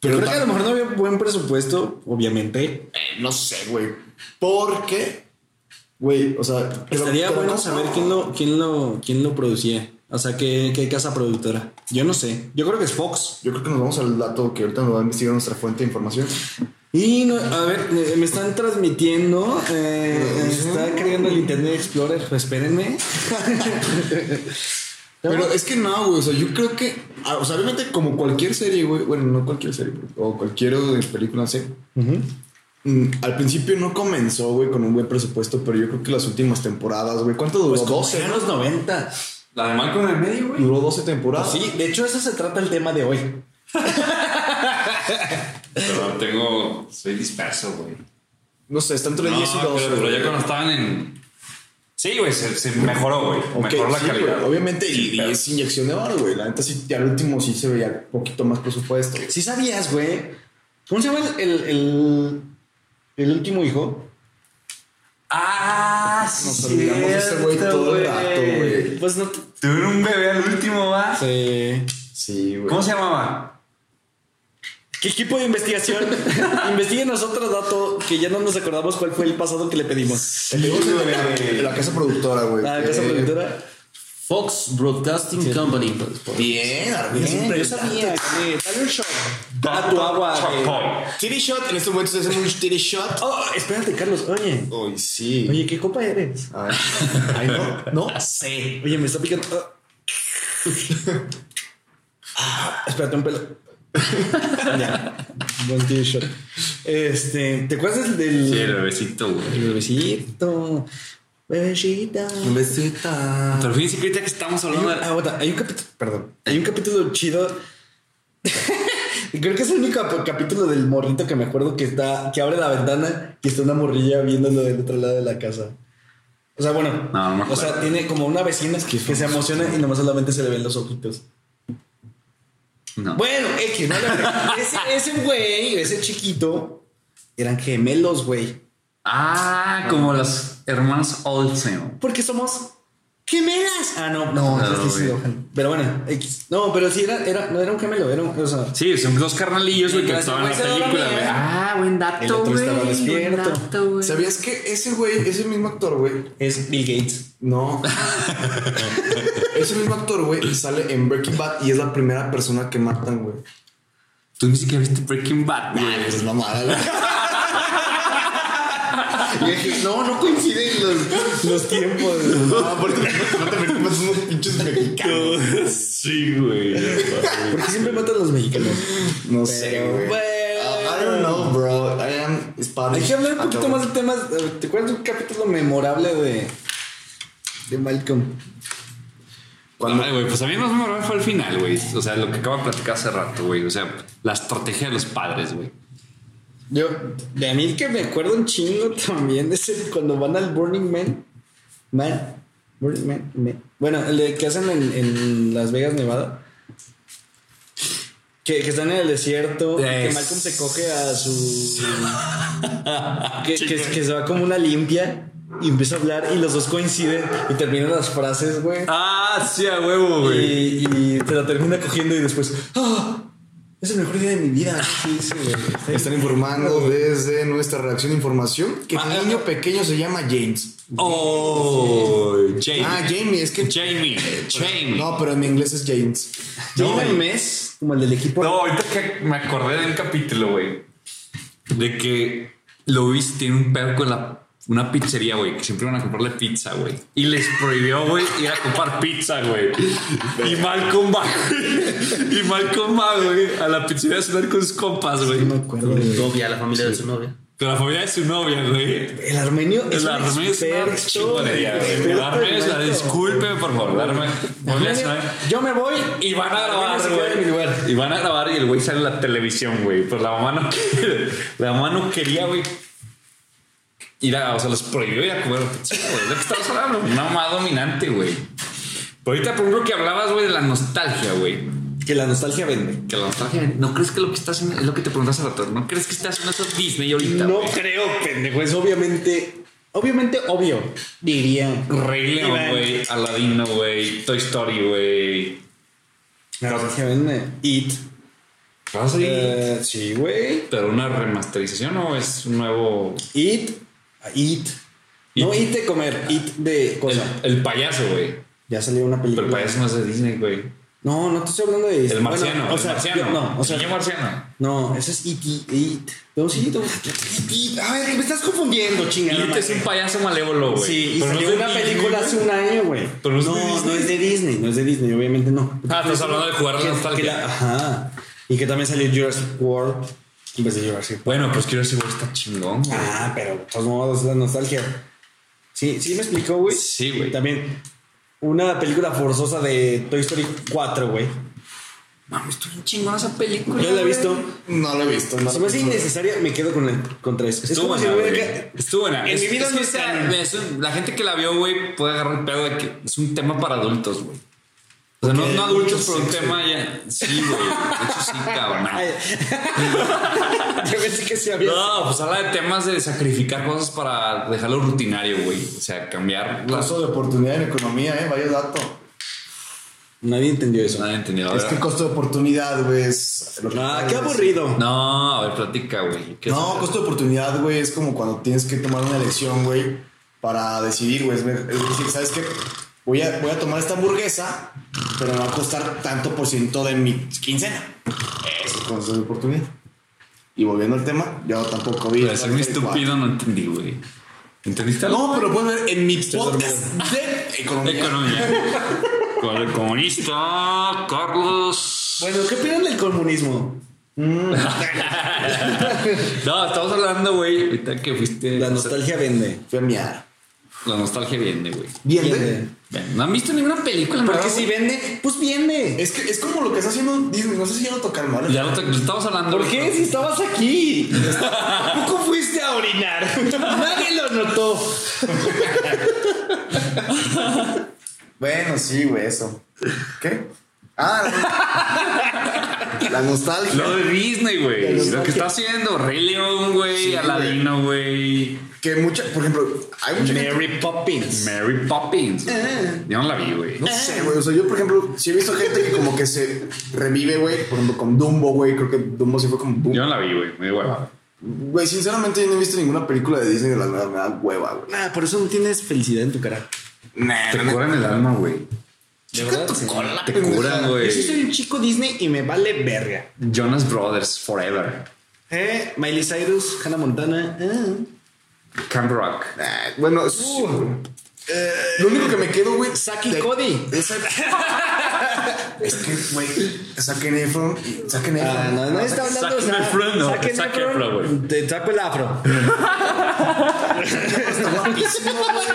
Speaker 1: Pero creo que a lo mejor no había buen presupuesto, obviamente.
Speaker 3: Eh, no sé, güey. Porque, güey, o sea, te lo-
Speaker 1: Estaría
Speaker 3: te lo
Speaker 1: bueno
Speaker 3: compro.
Speaker 1: saber quién lo, quién lo, quién lo producía. O sea, qué, qué casa productora. Yo no sé. Yo creo que es Fox.
Speaker 3: Yo creo que nos vamos al dato que ahorita nos va a investigar nuestra fuente de información.
Speaker 1: Y no- a ver, eh, me están transmitiendo. eh, está creando el Internet Explorer. pues, espérenme.
Speaker 3: Pero es que no, güey. O sea, yo creo que. ah, O sea, obviamente, como cualquier serie, güey. Bueno, no cualquier serie, güey, O cualquier eh, película, sé. Mm, Al principio no comenzó, güey, con un buen presupuesto, pero yo creo que las últimas temporadas, güey. ¿Cuánto duró?
Speaker 1: Pues como
Speaker 3: 12.
Speaker 1: en los 90.
Speaker 2: La de Malcolm en el medio, güey.
Speaker 3: Duró 12 temporadas.
Speaker 1: Pues Sí, de hecho, eso se trata el tema de hoy.
Speaker 2: Pero tengo. Soy disperso, güey.
Speaker 3: No sé, está entre
Speaker 2: No,
Speaker 3: 10 y
Speaker 2: pero,
Speaker 3: 12.
Speaker 2: pero
Speaker 3: güey.
Speaker 2: ya cuando estaban en. Sí, güey, se, se mejoró, güey.
Speaker 3: Ok,
Speaker 2: Mejoró la
Speaker 3: sí,
Speaker 2: calidad.
Speaker 3: güey, obviamente, y,
Speaker 2: Sí,
Speaker 3: y
Speaker 2: pero-
Speaker 3: es inyección de barro, güey. La neta, sí, ya al último sí se veía un poquito más presupuesto.
Speaker 1: Si sabías, güey. ¿Cómo se llama el, el, el- el último hijo?
Speaker 2: Ah, sí.
Speaker 3: Nos olvidamos de ese güey todo el rato, güey.
Speaker 1: Pues no. te-
Speaker 2: Tuvieron un bebé al último, va.
Speaker 1: Sí.
Speaker 3: Sí, güey.
Speaker 2: ¿Cómo se llamaba?
Speaker 1: ¿Qué equipo de investigación? Investiguen nosotros dato que ya no nos acordamos cuál fue el pasado que le pedimos.
Speaker 3: El negocio de la- de la casa productora, güey.
Speaker 1: Ah,
Speaker 3: Eh,
Speaker 1: La
Speaker 3: que-
Speaker 1: casa productora.
Speaker 4: Fox Broadcasting Company.
Speaker 3: Bien, Armin.
Speaker 1: Bien, yo sabía. güey. Dale un shot.
Speaker 3: Ah,
Speaker 1: A tu agua. güey.
Speaker 2: Chapoy.
Speaker 3: Titty shot, en este momento se hace un titty shot.
Speaker 1: Oh, espérate, Carlos. Oye.
Speaker 3: Uy, sí.
Speaker 1: Oye, ¿qué copa eres?
Speaker 3: Ay, ay, no, no sé.
Speaker 1: Oye, me está picando. Ah. Ah, espérate un pelo. ya. Buen t-shirt. Este, ¿te acuerdas del
Speaker 2: Sí, el bebecito, güey.
Speaker 1: el bebecito? Bebecita.
Speaker 3: Besita.
Speaker 2: Ah, Pero fíjense que ahorita que estamos
Speaker 1: Hay un,
Speaker 2: hablando de-
Speaker 1: ah, aguanta, hay un capítulo, perdón, hay un capítulo chido. Creo que es el único ap- capítulo del morrito que me acuerdo que está, que abre la ventana y está una morrilla viéndolo del otro lado de la casa. O sea, bueno,
Speaker 2: No, no me acuerdo.
Speaker 1: o sea, tiene como una vecina que, se emociona y nomás solamente se le ven los ojitos.
Speaker 2: No.
Speaker 1: Bueno, X, no le ese, ese güey, ese chiquito, eran gemelos, güey.
Speaker 2: Ah, como los hermanos Olsen.
Speaker 1: Porque somos gemelas. Ah, no, no,
Speaker 2: No,
Speaker 1: es Lindsay
Speaker 2: güey.
Speaker 1: Lohan. Pero bueno, X. No, pero sí era, era, no era un gemelo, era un, o sea,
Speaker 2: Sí, son dos carnalillos, güey, que
Speaker 1: Pero
Speaker 2: estaban en la
Speaker 1: ese güey se
Speaker 2: película,
Speaker 1: dormía.
Speaker 2: güey. Ah, buen dato,
Speaker 1: El otro estaba
Speaker 2: güey,
Speaker 1: despierto.
Speaker 2: buen dato, güey.
Speaker 3: ¿Sabías que ese güey, ese mismo actor, güey?
Speaker 1: es Bill Gates.
Speaker 3: No. ese mismo actor, güey, sale en Breaking Bad y es la primera persona que matan, güey.
Speaker 2: Tú ni siquiera viste Breaking Bad, güey.
Speaker 3: es mamada, güey. Y dije, no, no coinciden los.
Speaker 1: Los tiempos.
Speaker 3: No, aparte, no te preocupes, son unos pinches mexicanos.
Speaker 2: Sí, güey.
Speaker 1: Porque siempre matan a los mexicanos.
Speaker 3: No sé, güey. Uh,
Speaker 1: bueno.
Speaker 3: I don't know, bro. I am Spanish.
Speaker 1: Hay que hablar un poquito
Speaker 3: Acabo.
Speaker 1: más de temas. eh, ¿Te acuerdas de un capítulo memorable de, de Malcolm?
Speaker 3: Cuando-
Speaker 2: Ay, güey, pues a mí más me fue al final, güey. O sea, lo que acabo de platicar hace rato, güey. O sea, la estrategia de los padres, güey.
Speaker 1: Yo, de a mí que me acuerdo un chingo también es el- cuando van al Burning Man. Man, Burning Man, Man. Bueno, el de que hacen en, en Las Vegas, Nevada. Que, que están en el desierto. y Que
Speaker 2: Es-
Speaker 1: Malcolm se coge a su. que, que- que se va como una limpia y empieza a hablar y los dos coinciden y terminan las frases, güey.
Speaker 2: Ah, sí, a huevo,
Speaker 1: y, y se la termina cogiendo y después. "Ah, Es el mejor día de mi vida. Sí, sí, güey. Está-
Speaker 3: Están informando desde nuestra redacción de información que
Speaker 1: Ah,
Speaker 3: el niño pequeño se llama James.
Speaker 2: Oh, Jamie.
Speaker 3: Ah, Jamie, es que.
Speaker 2: Jamie. Jamie.
Speaker 3: No, pero en inglés es James.
Speaker 1: Llega el mes, como el del equipo.
Speaker 2: No, ahorita que me acordé de un capítulo, güey. De que lo viste tiene un perro con la, una pizzería, güey. Que siempre iban a comprarle pizza, güey. Y les prohibió, güey, ir a comprar pizza, güey. Y Malcolm va, güey. Y Malcolm va, güey, a la pizzería a cenar con sus compas, güey.
Speaker 1: No me acuerdo.
Speaker 4: Su
Speaker 1: güey.
Speaker 4: novia, la familia de su novia.
Speaker 2: Con la familia de su novia, güey.
Speaker 1: El armenio es
Speaker 2: El armenio es una chingonería, güey. El armenio es la discúlpeme, por favor. El armenio-
Speaker 1: Yo me voy
Speaker 2: Y van a
Speaker 1: Armenio se
Speaker 2: grabar,
Speaker 1: queda en mi lugar.
Speaker 2: güey. Y van a grabar y el güey sale en la televisión, güey. Pues la mamá no quería, la mamá no quería, güey. Ir a, o sea, los prohibió ir a comer pizza, güey. ¿De qué estamos hablando? Una mamá dominante, güey. Pero ahorita, por ejemplo, que hablabas, güey, de la nostalgia, güey.
Speaker 1: Que la nostalgia vende.
Speaker 2: Que la nostalgia, ¿no crees que lo que estás haciendo es lo que te preguntas al rato? ¿No crees que estás haciendo eso Disney ahorita?
Speaker 1: No
Speaker 2: güey?
Speaker 1: creo, pendejo. Es obviamente, obviamente obvio, diría.
Speaker 2: Rey León,
Speaker 1: Iván.
Speaker 2: güey. Aladino, güey. Toy Story, güey.
Speaker 1: Naranja, venme. It.
Speaker 2: ¿Vas a ir?
Speaker 1: Eh, sí, güey.
Speaker 2: ¿Pero una remasterización o es un nuevo.
Speaker 1: It. It. No,
Speaker 2: It.
Speaker 1: it de comer, it de
Speaker 2: El,
Speaker 1: cosa.
Speaker 2: el payaso, güey.
Speaker 1: Ya salió una película.
Speaker 2: Pero el payaso no es de Disney, güey.
Speaker 1: No, no te estoy hablando de
Speaker 2: El
Speaker 1: Bueno,
Speaker 2: marciano.
Speaker 1: o
Speaker 2: el
Speaker 1: sea,
Speaker 2: marciano.
Speaker 1: yo- no, o sea,
Speaker 2: Niño marciano.
Speaker 1: no, ese es it, it, it. No, sí, no, it, it. A ver, me estás confundiendo, chingada.
Speaker 2: Y este
Speaker 1: madre.
Speaker 2: es un payaso malévolo, güey.
Speaker 1: Sí, y
Speaker 2: Pero no
Speaker 1: salió
Speaker 2: es de
Speaker 1: una
Speaker 2: Disney,
Speaker 1: película
Speaker 2: güey.
Speaker 1: hace un año, güey.
Speaker 2: Pero no es de
Speaker 1: no,
Speaker 2: Disney.
Speaker 1: no es de Disney, no es de Disney, obviamente no.
Speaker 2: Ah, estás hablando de jugar a la
Speaker 1: Que- que
Speaker 2: nostalgia.
Speaker 1: la- Ajá. Y que también salió Jurassic World en vez de Jurassic
Speaker 2: Bueno, pues quiero decir, güey, está chingón, güey.
Speaker 1: Ah, pero de todos modos la nostalgia. Sí, sí me explicó, güey.
Speaker 2: Sí, güey.
Speaker 1: También una película forzosa de Toy Story 4, güey.
Speaker 2: Mames, estuvo bien chingón esa película.
Speaker 1: Yo la he
Speaker 2: güey.
Speaker 1: visto.
Speaker 3: No lo he visto. no
Speaker 1: Si
Speaker 3: lo
Speaker 1: me
Speaker 3: he
Speaker 1: hace
Speaker 3: visto.
Speaker 1: innecesaria, me quedo con, el, con tres. Es
Speaker 2: Estuvo
Speaker 1: como si
Speaker 2: buena,
Speaker 1: me hubiera
Speaker 2: güey.
Speaker 1: ca-
Speaker 2: Estuvo buena.
Speaker 1: En
Speaker 2: Es-
Speaker 1: mi vida
Speaker 2: es
Speaker 1: no
Speaker 2: que
Speaker 1: está
Speaker 2: esa-
Speaker 1: bien.
Speaker 2: mira, es un- la gente que la vio, güey, puede agarrar el pedo de que es un tema para adultos, güey. O sea, no, no adultos, pero un tema ya. Sí, güey. De hecho, sí, cabrón.
Speaker 1: Ay. Yo pensé que sí había.
Speaker 2: No, pues habla de temas de sacrificar cosas para dejarlo rutinario, güey. O sea, cambiar las.
Speaker 3: Costo de oportunidad en economía, eh. Vaya dato.
Speaker 1: Nadie entendió eso.
Speaker 2: Nadie entendió. a
Speaker 3: Es que
Speaker 2: ver.
Speaker 3: el costo de oportunidad, güey, es. lo que
Speaker 1: Ah,
Speaker 3: pagas.
Speaker 1: qué aburrido.
Speaker 2: No, a ver, platica, güey. ¿Qué
Speaker 3: No,
Speaker 2: es?
Speaker 3: costo de oportunidad, güey, es como cuando tienes que tomar una elección, güey, para decidir, güey. Es ver- es decir, ¿sabes qué? Voy a, voy a tomar esta hamburguesa, pero me va a costar tanto por ciento de mi quincena. Eso es costo de oportunidad. Y volviendo al tema, yo tampoco vi.
Speaker 2: Para ser muy estúpido, no entendí, güey. ¿Entendiste algo?
Speaker 3: No, pero lo puedes ver en mi podcast de economía.
Speaker 2: Economía. Con el comunista, Carlos.
Speaker 1: Bueno, ¿qué opinan del comunismo?
Speaker 2: No, estamos hablando, güey. Ahorita que fuiste.
Speaker 1: La nostalgia vende.
Speaker 3: Fui a miar.
Speaker 2: La nostalgia viene, güey.
Speaker 3: ¿Viende?
Speaker 2: Ven, No han visto ninguna película,
Speaker 1: Porque
Speaker 2: ¿verdad,
Speaker 1: si
Speaker 2: güey?
Speaker 1: vende, pues vende.
Speaker 3: Es, que, es como lo que está haciendo Disney. No sé si ya lo tocaron, ¿vale?
Speaker 2: Ya lo, to- lo estamos hablando.
Speaker 1: ¿Por qué? Si estabas aquí. Tampoco fuiste a orinar. Nadie lo notó.
Speaker 3: Bueno, sí, güey, eso. ¿Qué? Ah, la- la nostalgia.
Speaker 2: Lo de Disney, güey.
Speaker 3: La
Speaker 2: Lo que está haciendo. Rey León, güey.
Speaker 3: Sí,
Speaker 2: Aladino, güey.
Speaker 3: Que mucha, por ejemplo, hay mucha gente-
Speaker 1: Mary Poppins.
Speaker 2: Mary Poppins. güey. Yo no la vi, güey.
Speaker 3: Ah. No sé, güey. O sea, yo, por ejemplo, sí he visto gente que como que se revive, güey. Por ejemplo, con Dumbo, güey. Creo que Dumbo sí fue como boom.
Speaker 2: Yo no la vi, güey. Me da igual.
Speaker 3: Güey, sinceramente yo no he visto ninguna película de Disney de las nuevas. Me da hueva, güey.
Speaker 1: Nah, Ah, por eso no tienes felicidad en tu cara.
Speaker 3: Ah,
Speaker 2: Te curan el alma, güey.
Speaker 4: De verdad. sí.
Speaker 2: Te curan,
Speaker 1: Yo sí
Speaker 2: güey.
Speaker 1: soy un chico Disney y me vale verga.
Speaker 2: Jonas Brothers Forever.
Speaker 1: Eh, Miley Cyrus, Hannah Montana. eh.
Speaker 2: Camp Rock.
Speaker 3: Nah, Ah, bueno, eso sí, güey.
Speaker 1: Uh,
Speaker 3: lo único que me quedo, güey.
Speaker 1: Saki
Speaker 3: de-
Speaker 1: eh. Cody.
Speaker 3: esa- es que, güey, saquen Efron. y- Saquen Efron.
Speaker 1: Ah, no, no está hablando
Speaker 2: Zac Efron, no.
Speaker 1: Zac
Speaker 2: Zac
Speaker 1: Efron,
Speaker 2: Efron, güey.
Speaker 1: Te saco el afro.
Speaker 3: Está guapísimo, güey.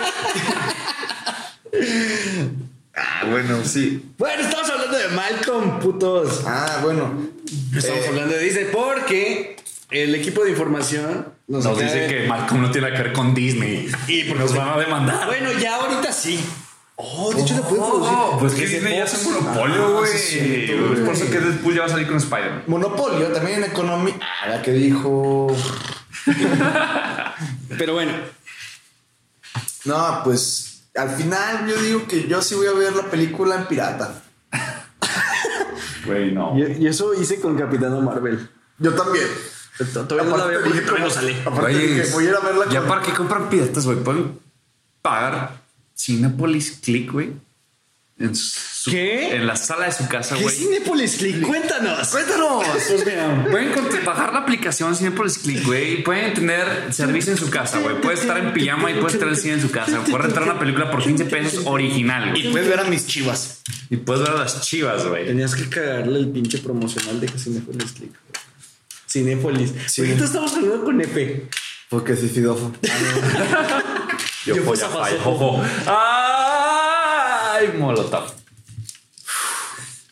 Speaker 3: Ah, bueno, sí.
Speaker 1: Bueno, estamos hablando de Malcolm, putos.
Speaker 3: Ah, bueno.
Speaker 1: Estamos
Speaker 3: Eh,
Speaker 1: hablando de Disney porque el equipo de información nos,
Speaker 2: Nos
Speaker 1: acaba
Speaker 2: dice
Speaker 1: de-
Speaker 2: que Malcolm no tiene que ver con Disney. Y nos van a demandar.
Speaker 1: Bueno, ya ahorita sí.
Speaker 3: Oh, de hecho, la puedo
Speaker 2: Oh,
Speaker 3: producir.
Speaker 2: pues que
Speaker 1: Porque
Speaker 2: Disney
Speaker 1: se
Speaker 2: ya es un
Speaker 1: Fox-
Speaker 2: monopolio,
Speaker 3: Ah,
Speaker 2: güey.
Speaker 3: sí, es cierto,
Speaker 2: Es
Speaker 3: güey.
Speaker 2: por eso que Deadpool ya va a salir con Spider-Man.
Speaker 3: Monopolio, también en economía. Ah, la que dijo.
Speaker 1: Pero bueno,
Speaker 3: No, pues al final yo digo que yo sí voy a ver la película en pirata.
Speaker 2: Güey, no.
Speaker 1: y eso hice con Capitana Marvel.
Speaker 3: Yo también.
Speaker 1: Todavía no la
Speaker 3: Aparte,
Speaker 1: veo
Speaker 3: dije,
Speaker 1: porque todavía no
Speaker 3: como-
Speaker 1: sale.
Speaker 3: Aparte
Speaker 2: Güey,
Speaker 3: dije, voy a ir a verla
Speaker 2: Ya
Speaker 3: con-
Speaker 2: para qué compran piratas, güey. Pueden pagar Cinepolis Click, güey. En su-
Speaker 1: ¿Qué?
Speaker 2: En la sala de su casa,
Speaker 1: ¿Qué
Speaker 2: güey.
Speaker 1: es Cinepolis Click? Cuéntanos. Cuéntanos. Pues mira,
Speaker 2: Pueden cont- bajar la aplicación Cinepolis Click, güey. y Pueden tener servicio en su casa, güey. Puedes estar en pijama y puedes tener cine en su casa. Puedes rentar una película por 15 pesos original, güey.
Speaker 3: Y puedes ver a mis chivas.
Speaker 2: Y puedes ver a las chivas, güey.
Speaker 1: tenías que cagarle el pinche promocional de que Cinepolis Click. Cinepolis.
Speaker 3: Sí.
Speaker 1: Ahorita estamos hablando con E EP.
Speaker 3: Porque sí, Fidofo.
Speaker 1: Yo
Speaker 2: Yo, pues,
Speaker 1: pues,
Speaker 2: ya fallo, jojo. ¡Ay, molotov!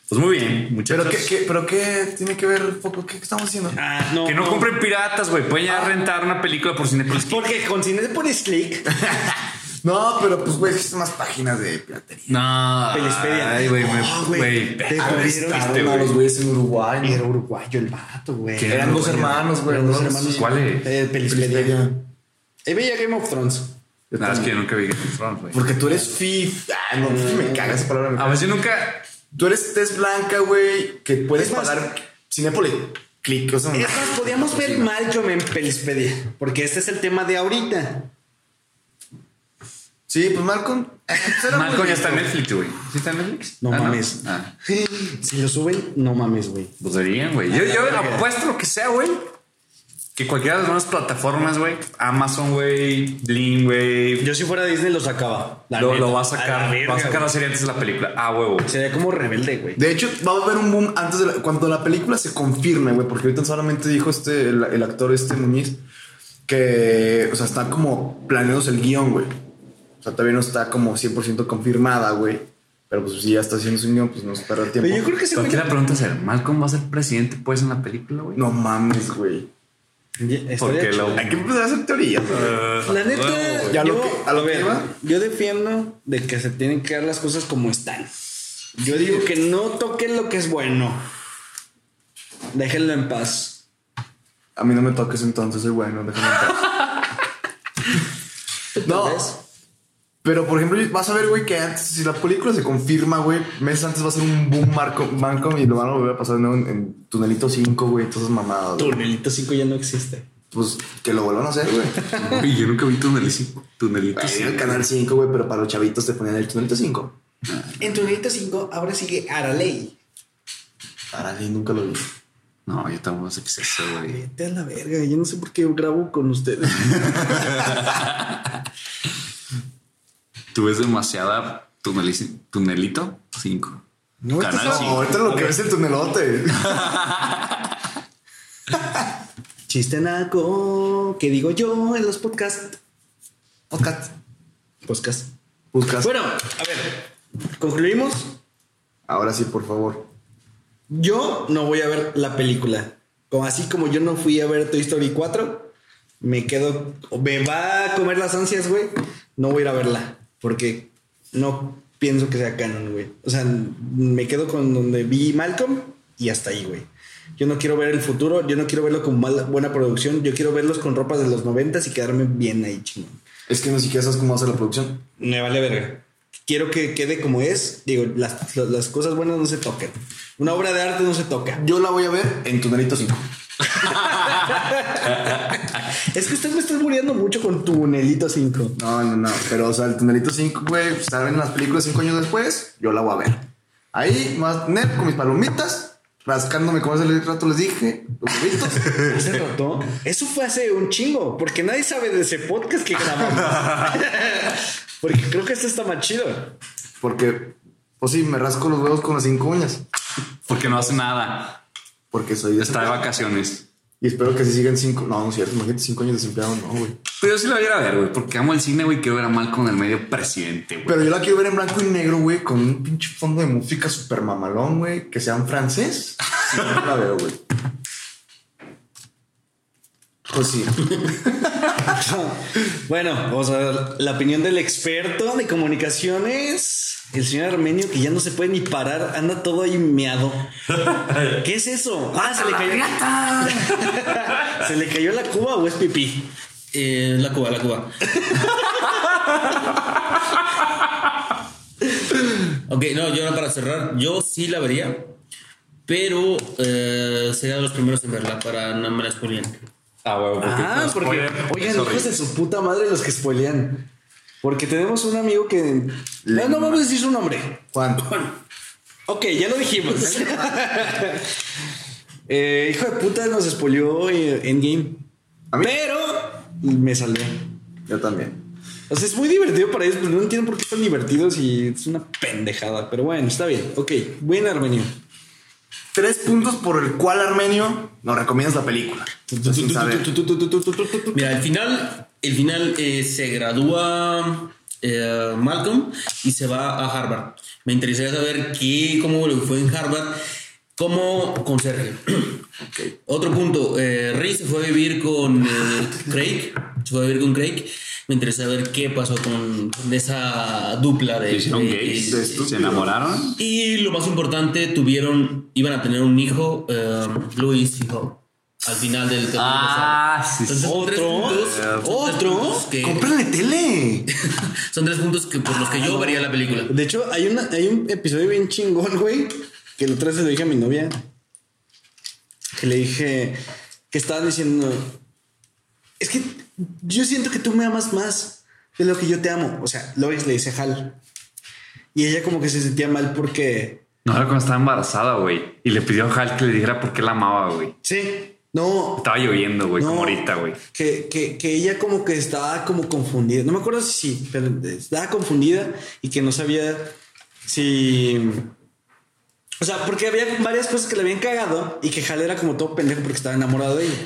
Speaker 2: Pues muy bien, muchachos.
Speaker 3: ¿Pero qué, qué- pero qué tiene que ver, Foco? ¿Qué estamos haciendo?
Speaker 1: Ah, no. Ah.
Speaker 2: Que no compren piratas, güey. Pueden ya rentar una película por Cinepolis Click.
Speaker 1: Porque con Cinepolis Click.
Speaker 3: No, pero pues, güey, existen más páginas de piratería.
Speaker 2: No.
Speaker 1: Pelispedia.
Speaker 2: Ay, güey, me.
Speaker 1: Oh, güey.
Speaker 2: Güey,
Speaker 1: Te
Speaker 2: ah,
Speaker 1: jodieron.
Speaker 2: es triste,
Speaker 3: Estaban a los
Speaker 2: güey.
Speaker 3: güeyes en Uruguay. ¿no?
Speaker 1: Era uruguayo el vato, güey.
Speaker 2: ¿Qué?
Speaker 3: Eran dos hermanos, güey.
Speaker 1: Eran dos
Speaker 3: ¿no?
Speaker 1: hermanos.
Speaker 3: Sí.
Speaker 2: ¿Cuál es?
Speaker 1: Eh, Pelispedia. Eh, veía Game of Thrones.
Speaker 2: Nada, es que yo nunca vi Game of Thrones, güey.
Speaker 3: Porque tú eres fi. Ah, no, fi, me caga esa palabra.
Speaker 2: A veces yo nunca
Speaker 3: Tú eres tez blanca, güey, que puedes
Speaker 1: Es más-
Speaker 3: pagar Cinépolis. Click, o sea,
Speaker 1: Es más, podíamos ver Malcolm en Pelispedia, porque este es el tema de ahorita.
Speaker 3: Sí, pues Malcolm. pues era muy
Speaker 2: Malcolm ya está en
Speaker 3: rico.
Speaker 2: Netflix, güey. ¿Sí está en Netflix?
Speaker 1: No
Speaker 2: Ah,
Speaker 1: mames.
Speaker 2: Ah,
Speaker 1: Si lo suben, no mames, güey.
Speaker 2: pues deberían, güey. Yo, yo apuesto lo que sea, güey. Que cualquiera de las nuevas plataformas, güey. Amazon, güey. Blink, güey.
Speaker 1: Yo si fuera Disney lo sacaba. la
Speaker 2: Lo,
Speaker 1: neta.
Speaker 2: lo va a
Speaker 1: la
Speaker 2: sacar.
Speaker 1: verga,
Speaker 2: va a sacar la
Speaker 1: güey.
Speaker 2: serie antes de la película. Ah, huevo.
Speaker 1: Sería como rebelde, güey.
Speaker 3: De hecho, va a haber un boom antes de la- cuando la película se confirme, güey, porque ahorita solamente dijo este, el, el actor este Muñiz, que, o sea, está como planeándose el guión, güey. O sea, todavía no está como 100% confirmada, güey. Pero pues si ya está haciendo su guión, pues no se perder el tiempo.
Speaker 1: Pero yo creo que ese güey.
Speaker 2: Cualquiera pregunta será, ¿Malcolm va a ser presidente, pues, en la película, güey?
Speaker 3: No mames, güey.
Speaker 1: Estaría
Speaker 2: Porque
Speaker 1: chido.
Speaker 2: lo-
Speaker 3: Hay que empezar a hacer teorías, güey.
Speaker 1: La
Speaker 2: Huevo,
Speaker 1: neta,
Speaker 2: güey.
Speaker 3: Ya lo
Speaker 1: yo-
Speaker 3: que- a lo que
Speaker 1: ver,
Speaker 3: iba.
Speaker 1: Yo defiendo de que se tienen que dar las cosas como están. Yo digo que no toquen lo que es bueno. Déjenlo en paz.
Speaker 3: A mí no me toques entonces, eh, güey, no déjame en paz. No,
Speaker 1: ¿Ves?
Speaker 3: pero por ejemplo, vas a ver, güey, que antes, si la película se confirma, güey, meses antes va a ser un boom marco, Malcolm y lo van a volver a pasar de nuevo en, en Tunelito 5, güey, todas esas mamadas. güey.
Speaker 1: Tunelito 5 ya no existe.
Speaker 3: Pues que lo vuelvan a hacer, güey.
Speaker 2: Güey, yo nunca vi tunelito. Tunelito.
Speaker 3: Ahí
Speaker 2: sí.
Speaker 3: en el canal 5, güey, pero para los chavitos te ponían el Tunelito 5.
Speaker 1: En Tunelito 5 ahora sigue Araley.
Speaker 3: Arale, nunca lo vi.
Speaker 2: No, yo tampoco sé qué es eso, güey.
Speaker 1: Vete a la verga. Yo no sé por qué grabo con ustedes.
Speaker 2: Tú ves demasiada tunelici- tunelito 5.
Speaker 1: No, esto
Speaker 2: Canal
Speaker 3: No,
Speaker 2: 5.
Speaker 3: ahorita lo que ves es el tunelote.
Speaker 1: Chiste naco que digo yo en los podcasts.
Speaker 3: Podcast.
Speaker 1: Podcast.
Speaker 3: Buscas.
Speaker 1: Bueno, a ver. Concluimos.
Speaker 3: Ahora sí, por favor.
Speaker 1: Yo no voy a ver la película. Como así como yo no fui a ver Toy Story 4, me quedo. o Me va a comer las ansias, güey. No voy a ir a verla. Porque no pienso que sea canon, güey. O sea, me quedo con donde vi Malcolm y hasta ahí, güey. Yo no quiero ver el futuro, yo no quiero verlo con mala- buena producción, yo quiero verlos con ropas de los noventas y quedarme bien ahí, chingón.
Speaker 3: Es que ni siquiera sabes cómo hacer la producción.
Speaker 1: Me vale verga. Quiero que quede como es. Digo, las, las- las cosas buenas no se tocan. Una obra de arte no se toca.
Speaker 3: Yo la voy a ver en Tunelito 5.
Speaker 1: Es que usted me está muriendo mucho con tunelito 5.
Speaker 3: No, no, no. Pero, o sea, el Tunelito 5, güey, pues, salen las películas 5 años después. Yo la voy a ver. Ahí, más net con mis palomitas, rascándome como hace el rato les dije, los huevitos.
Speaker 1: ¿Hace rato? Eso fue hace un chingo, porque nadie sabe de ese podcast que grabamos. porque creo que este está más chido.
Speaker 3: Porque, pues sí, me rasco los huevos con las 5 uñas.
Speaker 2: Porque no hace nada.
Speaker 3: Porque soy de
Speaker 2: Está de vacaciones.
Speaker 3: Y espero que se sigan cinco. No, no es cierto. Imagínate cinco años desempleado. No, güey.
Speaker 2: Pero yo sí la voy a ir a ver, güey. Porque amo el cine, güey. Quiero ver a Malcolm el medio presidente, güey.
Speaker 3: Pero yo la quiero ver en blanco y negro, güey, con un pinche fondo de música super mamalón, güey, que sea en francés. Sí, no la veo, güey. Pues sí.
Speaker 1: bueno, vamos a ver la opinión del experto de comunicaciones, el señor Armenio, que ya no se puede ni parar, anda todo ahí meado. ¿Qué es eso? Ah, se le cayó. se le cayó la cuba o es pipí.
Speaker 4: Eh, la Cuba, la Cuba. ok, no, yo ahora para cerrar, yo sí la vería, pero eh, sería de los primeros en verla para no me la spoileen.
Speaker 2: Ah, huevo.
Speaker 1: Ah, porque, oigan, hijos de su puta madre los que spoilean. Porque tenemos un amigo que... No, no vamos a decir su nombre.
Speaker 3: Juan.
Speaker 1: Ok, ya lo dijimos. Eh, hijo de puta nos spoileó eh, Endgame.
Speaker 3: ¿A mí?
Speaker 1: Pero me salvé.
Speaker 3: Yo también.
Speaker 1: O sea, es muy divertido para ellos, pero no entiendo por qué están divertidos y es una pendejada. Pero bueno, está bien. Ok, buen armenio.
Speaker 3: Tres puntos por el cual Armenio nos recomiendas la película.
Speaker 1: Pues
Speaker 3: Sin saber.
Speaker 4: Mira, el final, el final eh, se gradúa eh, Malcolm y se va a Harvard. Me interesaría saber qué, cómo le fue en Harvard, cómo conserje. Otro punto, eh, Reese se fue a vivir con eh, Craig. Se fue a vivir con Craig. Me interesa saber qué pasó con, con esa dupla de,
Speaker 2: Hicieron
Speaker 4: de-
Speaker 2: gays.
Speaker 3: de
Speaker 2: Se
Speaker 3: estúpido.
Speaker 2: enamoraron.
Speaker 4: y lo más importante, tuvieron, iban a tener un hijo, eh, em, Luis, hijo. al final del capítulo.
Speaker 2: Ah,
Speaker 4: ¿sabes?
Speaker 2: sí,
Speaker 4: Entonces,
Speaker 2: sí.
Speaker 4: son tres puntos- son tres puntos que-
Speaker 3: ¡Cómprale tele!
Speaker 4: Son tres puntos que por los que yo vería la película.
Speaker 1: De hecho, hay, una, hay un episodio bien chingón, güey, que la otra vez se lo dije a mi novia. Que le dije que estaban diciendo, es que yo siento que tú me amas más de lo que yo te amo. O sea, Lois le dice a Hal. Y ella como que se sentía mal porque...
Speaker 2: No era cuando estaba embarazada, güey. Y le pidió a Hal que le dijera por qué la amaba, güey.
Speaker 1: Sí, no,
Speaker 2: Estaba lloviendo, güey,
Speaker 1: No,
Speaker 2: como ahorita, güey.
Speaker 1: Que, que, que ella como que estaba como confundida. No me acuerdo si sí, pero estaba confundida y que no sabía si... O sea, porque había varias cosas que le habían cagado y que Hal era como todo pendejo porque estaba enamorado de ella.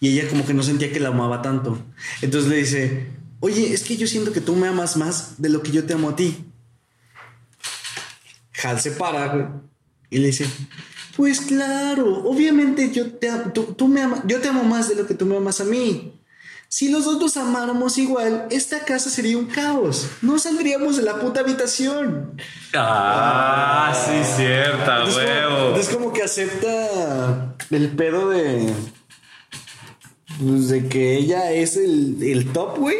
Speaker 1: Y ella como que no sentía que la amaba tanto. Entonces le dice, oye, es que yo siento que tú me amas más de lo que yo te amo a ti. Hal se para, güey, Y le dice, pues claro, obviamente yo te am- tú, tú me ama- yo te amo más de lo que tú me amas a mí. Si los dos nos amáramos igual, esta casa sería un caos. No saldríamos de la puta habitación.
Speaker 2: Ah, sí, cierta,
Speaker 1: Entonces, como,
Speaker 2: huevo.
Speaker 1: entonces como que acepta el pedo de... pues, de que ella es el, el top, güey.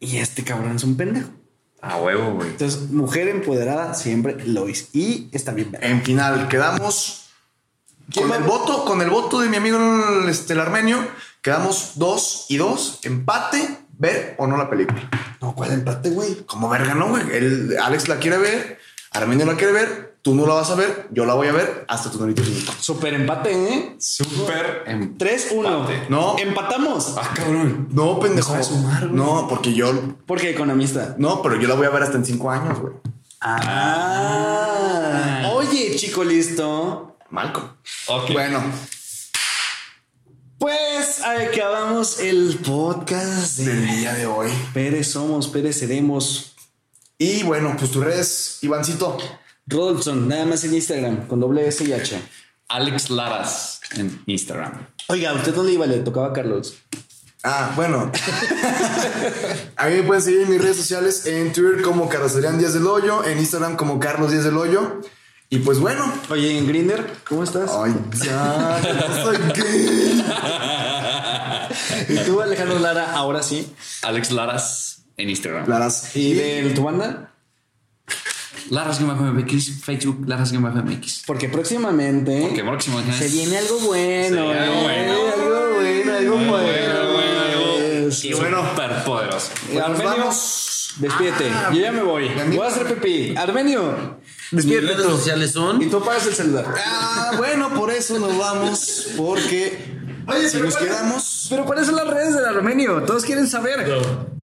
Speaker 1: Y este cabrón es un pendejo.
Speaker 2: A huevo, güey.
Speaker 1: Entonces, mujer empoderada siempre Lois. Y está bien. verga.
Speaker 3: En final, quedamos
Speaker 1: ¿Quién
Speaker 3: con
Speaker 1: va?
Speaker 3: el voto, con el voto de mi amigo el, este, el armenio, quedamos dos y dos, empate, ver o no la película.
Speaker 1: No, ¿cuál empate, güey?
Speaker 3: Como verga, no, güey. El- Alex la quiere ver, Armenio la quiere ver, tú no la vas a ver, yo la voy a ver hasta tu nariz finito.
Speaker 1: Super empate, ¿eh?
Speaker 2: Súper. em-
Speaker 1: 3-1.
Speaker 3: No.
Speaker 1: Empatamos.
Speaker 2: Ah, cabrón.
Speaker 3: No, pendejo.
Speaker 1: Vas a sumar, güey.
Speaker 3: no, porque yo.
Speaker 1: Porque economista.
Speaker 3: No, pero yo la voy a ver hasta en cinco años, güey.
Speaker 1: Ah. Oye, chico listo.
Speaker 3: Malco.
Speaker 2: Ok.
Speaker 3: Bueno,
Speaker 1: Pues acabamos el podcast de
Speaker 3: del día de hoy.
Speaker 1: Pérez Somos, Pérez Seremos.
Speaker 3: Y bueno, pues tus redes, Ivancito.
Speaker 1: Rodolfson, nada más en Instagram, con doble S y H.
Speaker 2: Alex Laras en Instagram.
Speaker 1: Oiga, ¿usted dónde iba? Le tocaba a Carlos.
Speaker 3: Ah, bueno. a mí me pueden seguir en mis redes sociales, en Twitter como Carroserian Díaz del Hoyo, en Instagram como Carlos Díaz del Hoyo. Y pues bueno.
Speaker 1: Oye, en Grinder, ¿cómo estás?
Speaker 3: Ay, ya, yo soy gay.
Speaker 1: Y tú, Alejandro Lara, ahora sí.
Speaker 2: Alex Laras en Instagram.
Speaker 3: Laras.
Speaker 1: ¿Y de tu banda?
Speaker 2: Laras MX, Facebook, Laras MX.
Speaker 1: Porque próximamente
Speaker 2: Porque próximo mes-
Speaker 1: se viene algo bueno.
Speaker 2: Se viene algo
Speaker 1: ¿eh?
Speaker 2: bueno.
Speaker 1: Algo bueno, algo bueno. Pues, eh,
Speaker 2: Y bueno, superpoderoso.
Speaker 3: pues Nos
Speaker 1: Armenio,
Speaker 3: vamos.
Speaker 1: despídete.
Speaker 3: Ah,
Speaker 1: Yo ya me voy.
Speaker 3: Armenio.
Speaker 1: Voy a hacer pipí. Armenio,
Speaker 4: Mis
Speaker 1: despídete.
Speaker 4: redes
Speaker 1: tú.
Speaker 4: sociales son.
Speaker 1: Y tú apagas el celular.
Speaker 3: Ah, bueno, por eso nos vamos, porque si nos quedamos.
Speaker 1: Pero ¿cuáles son las redes del Armenio? Todos quieren saber.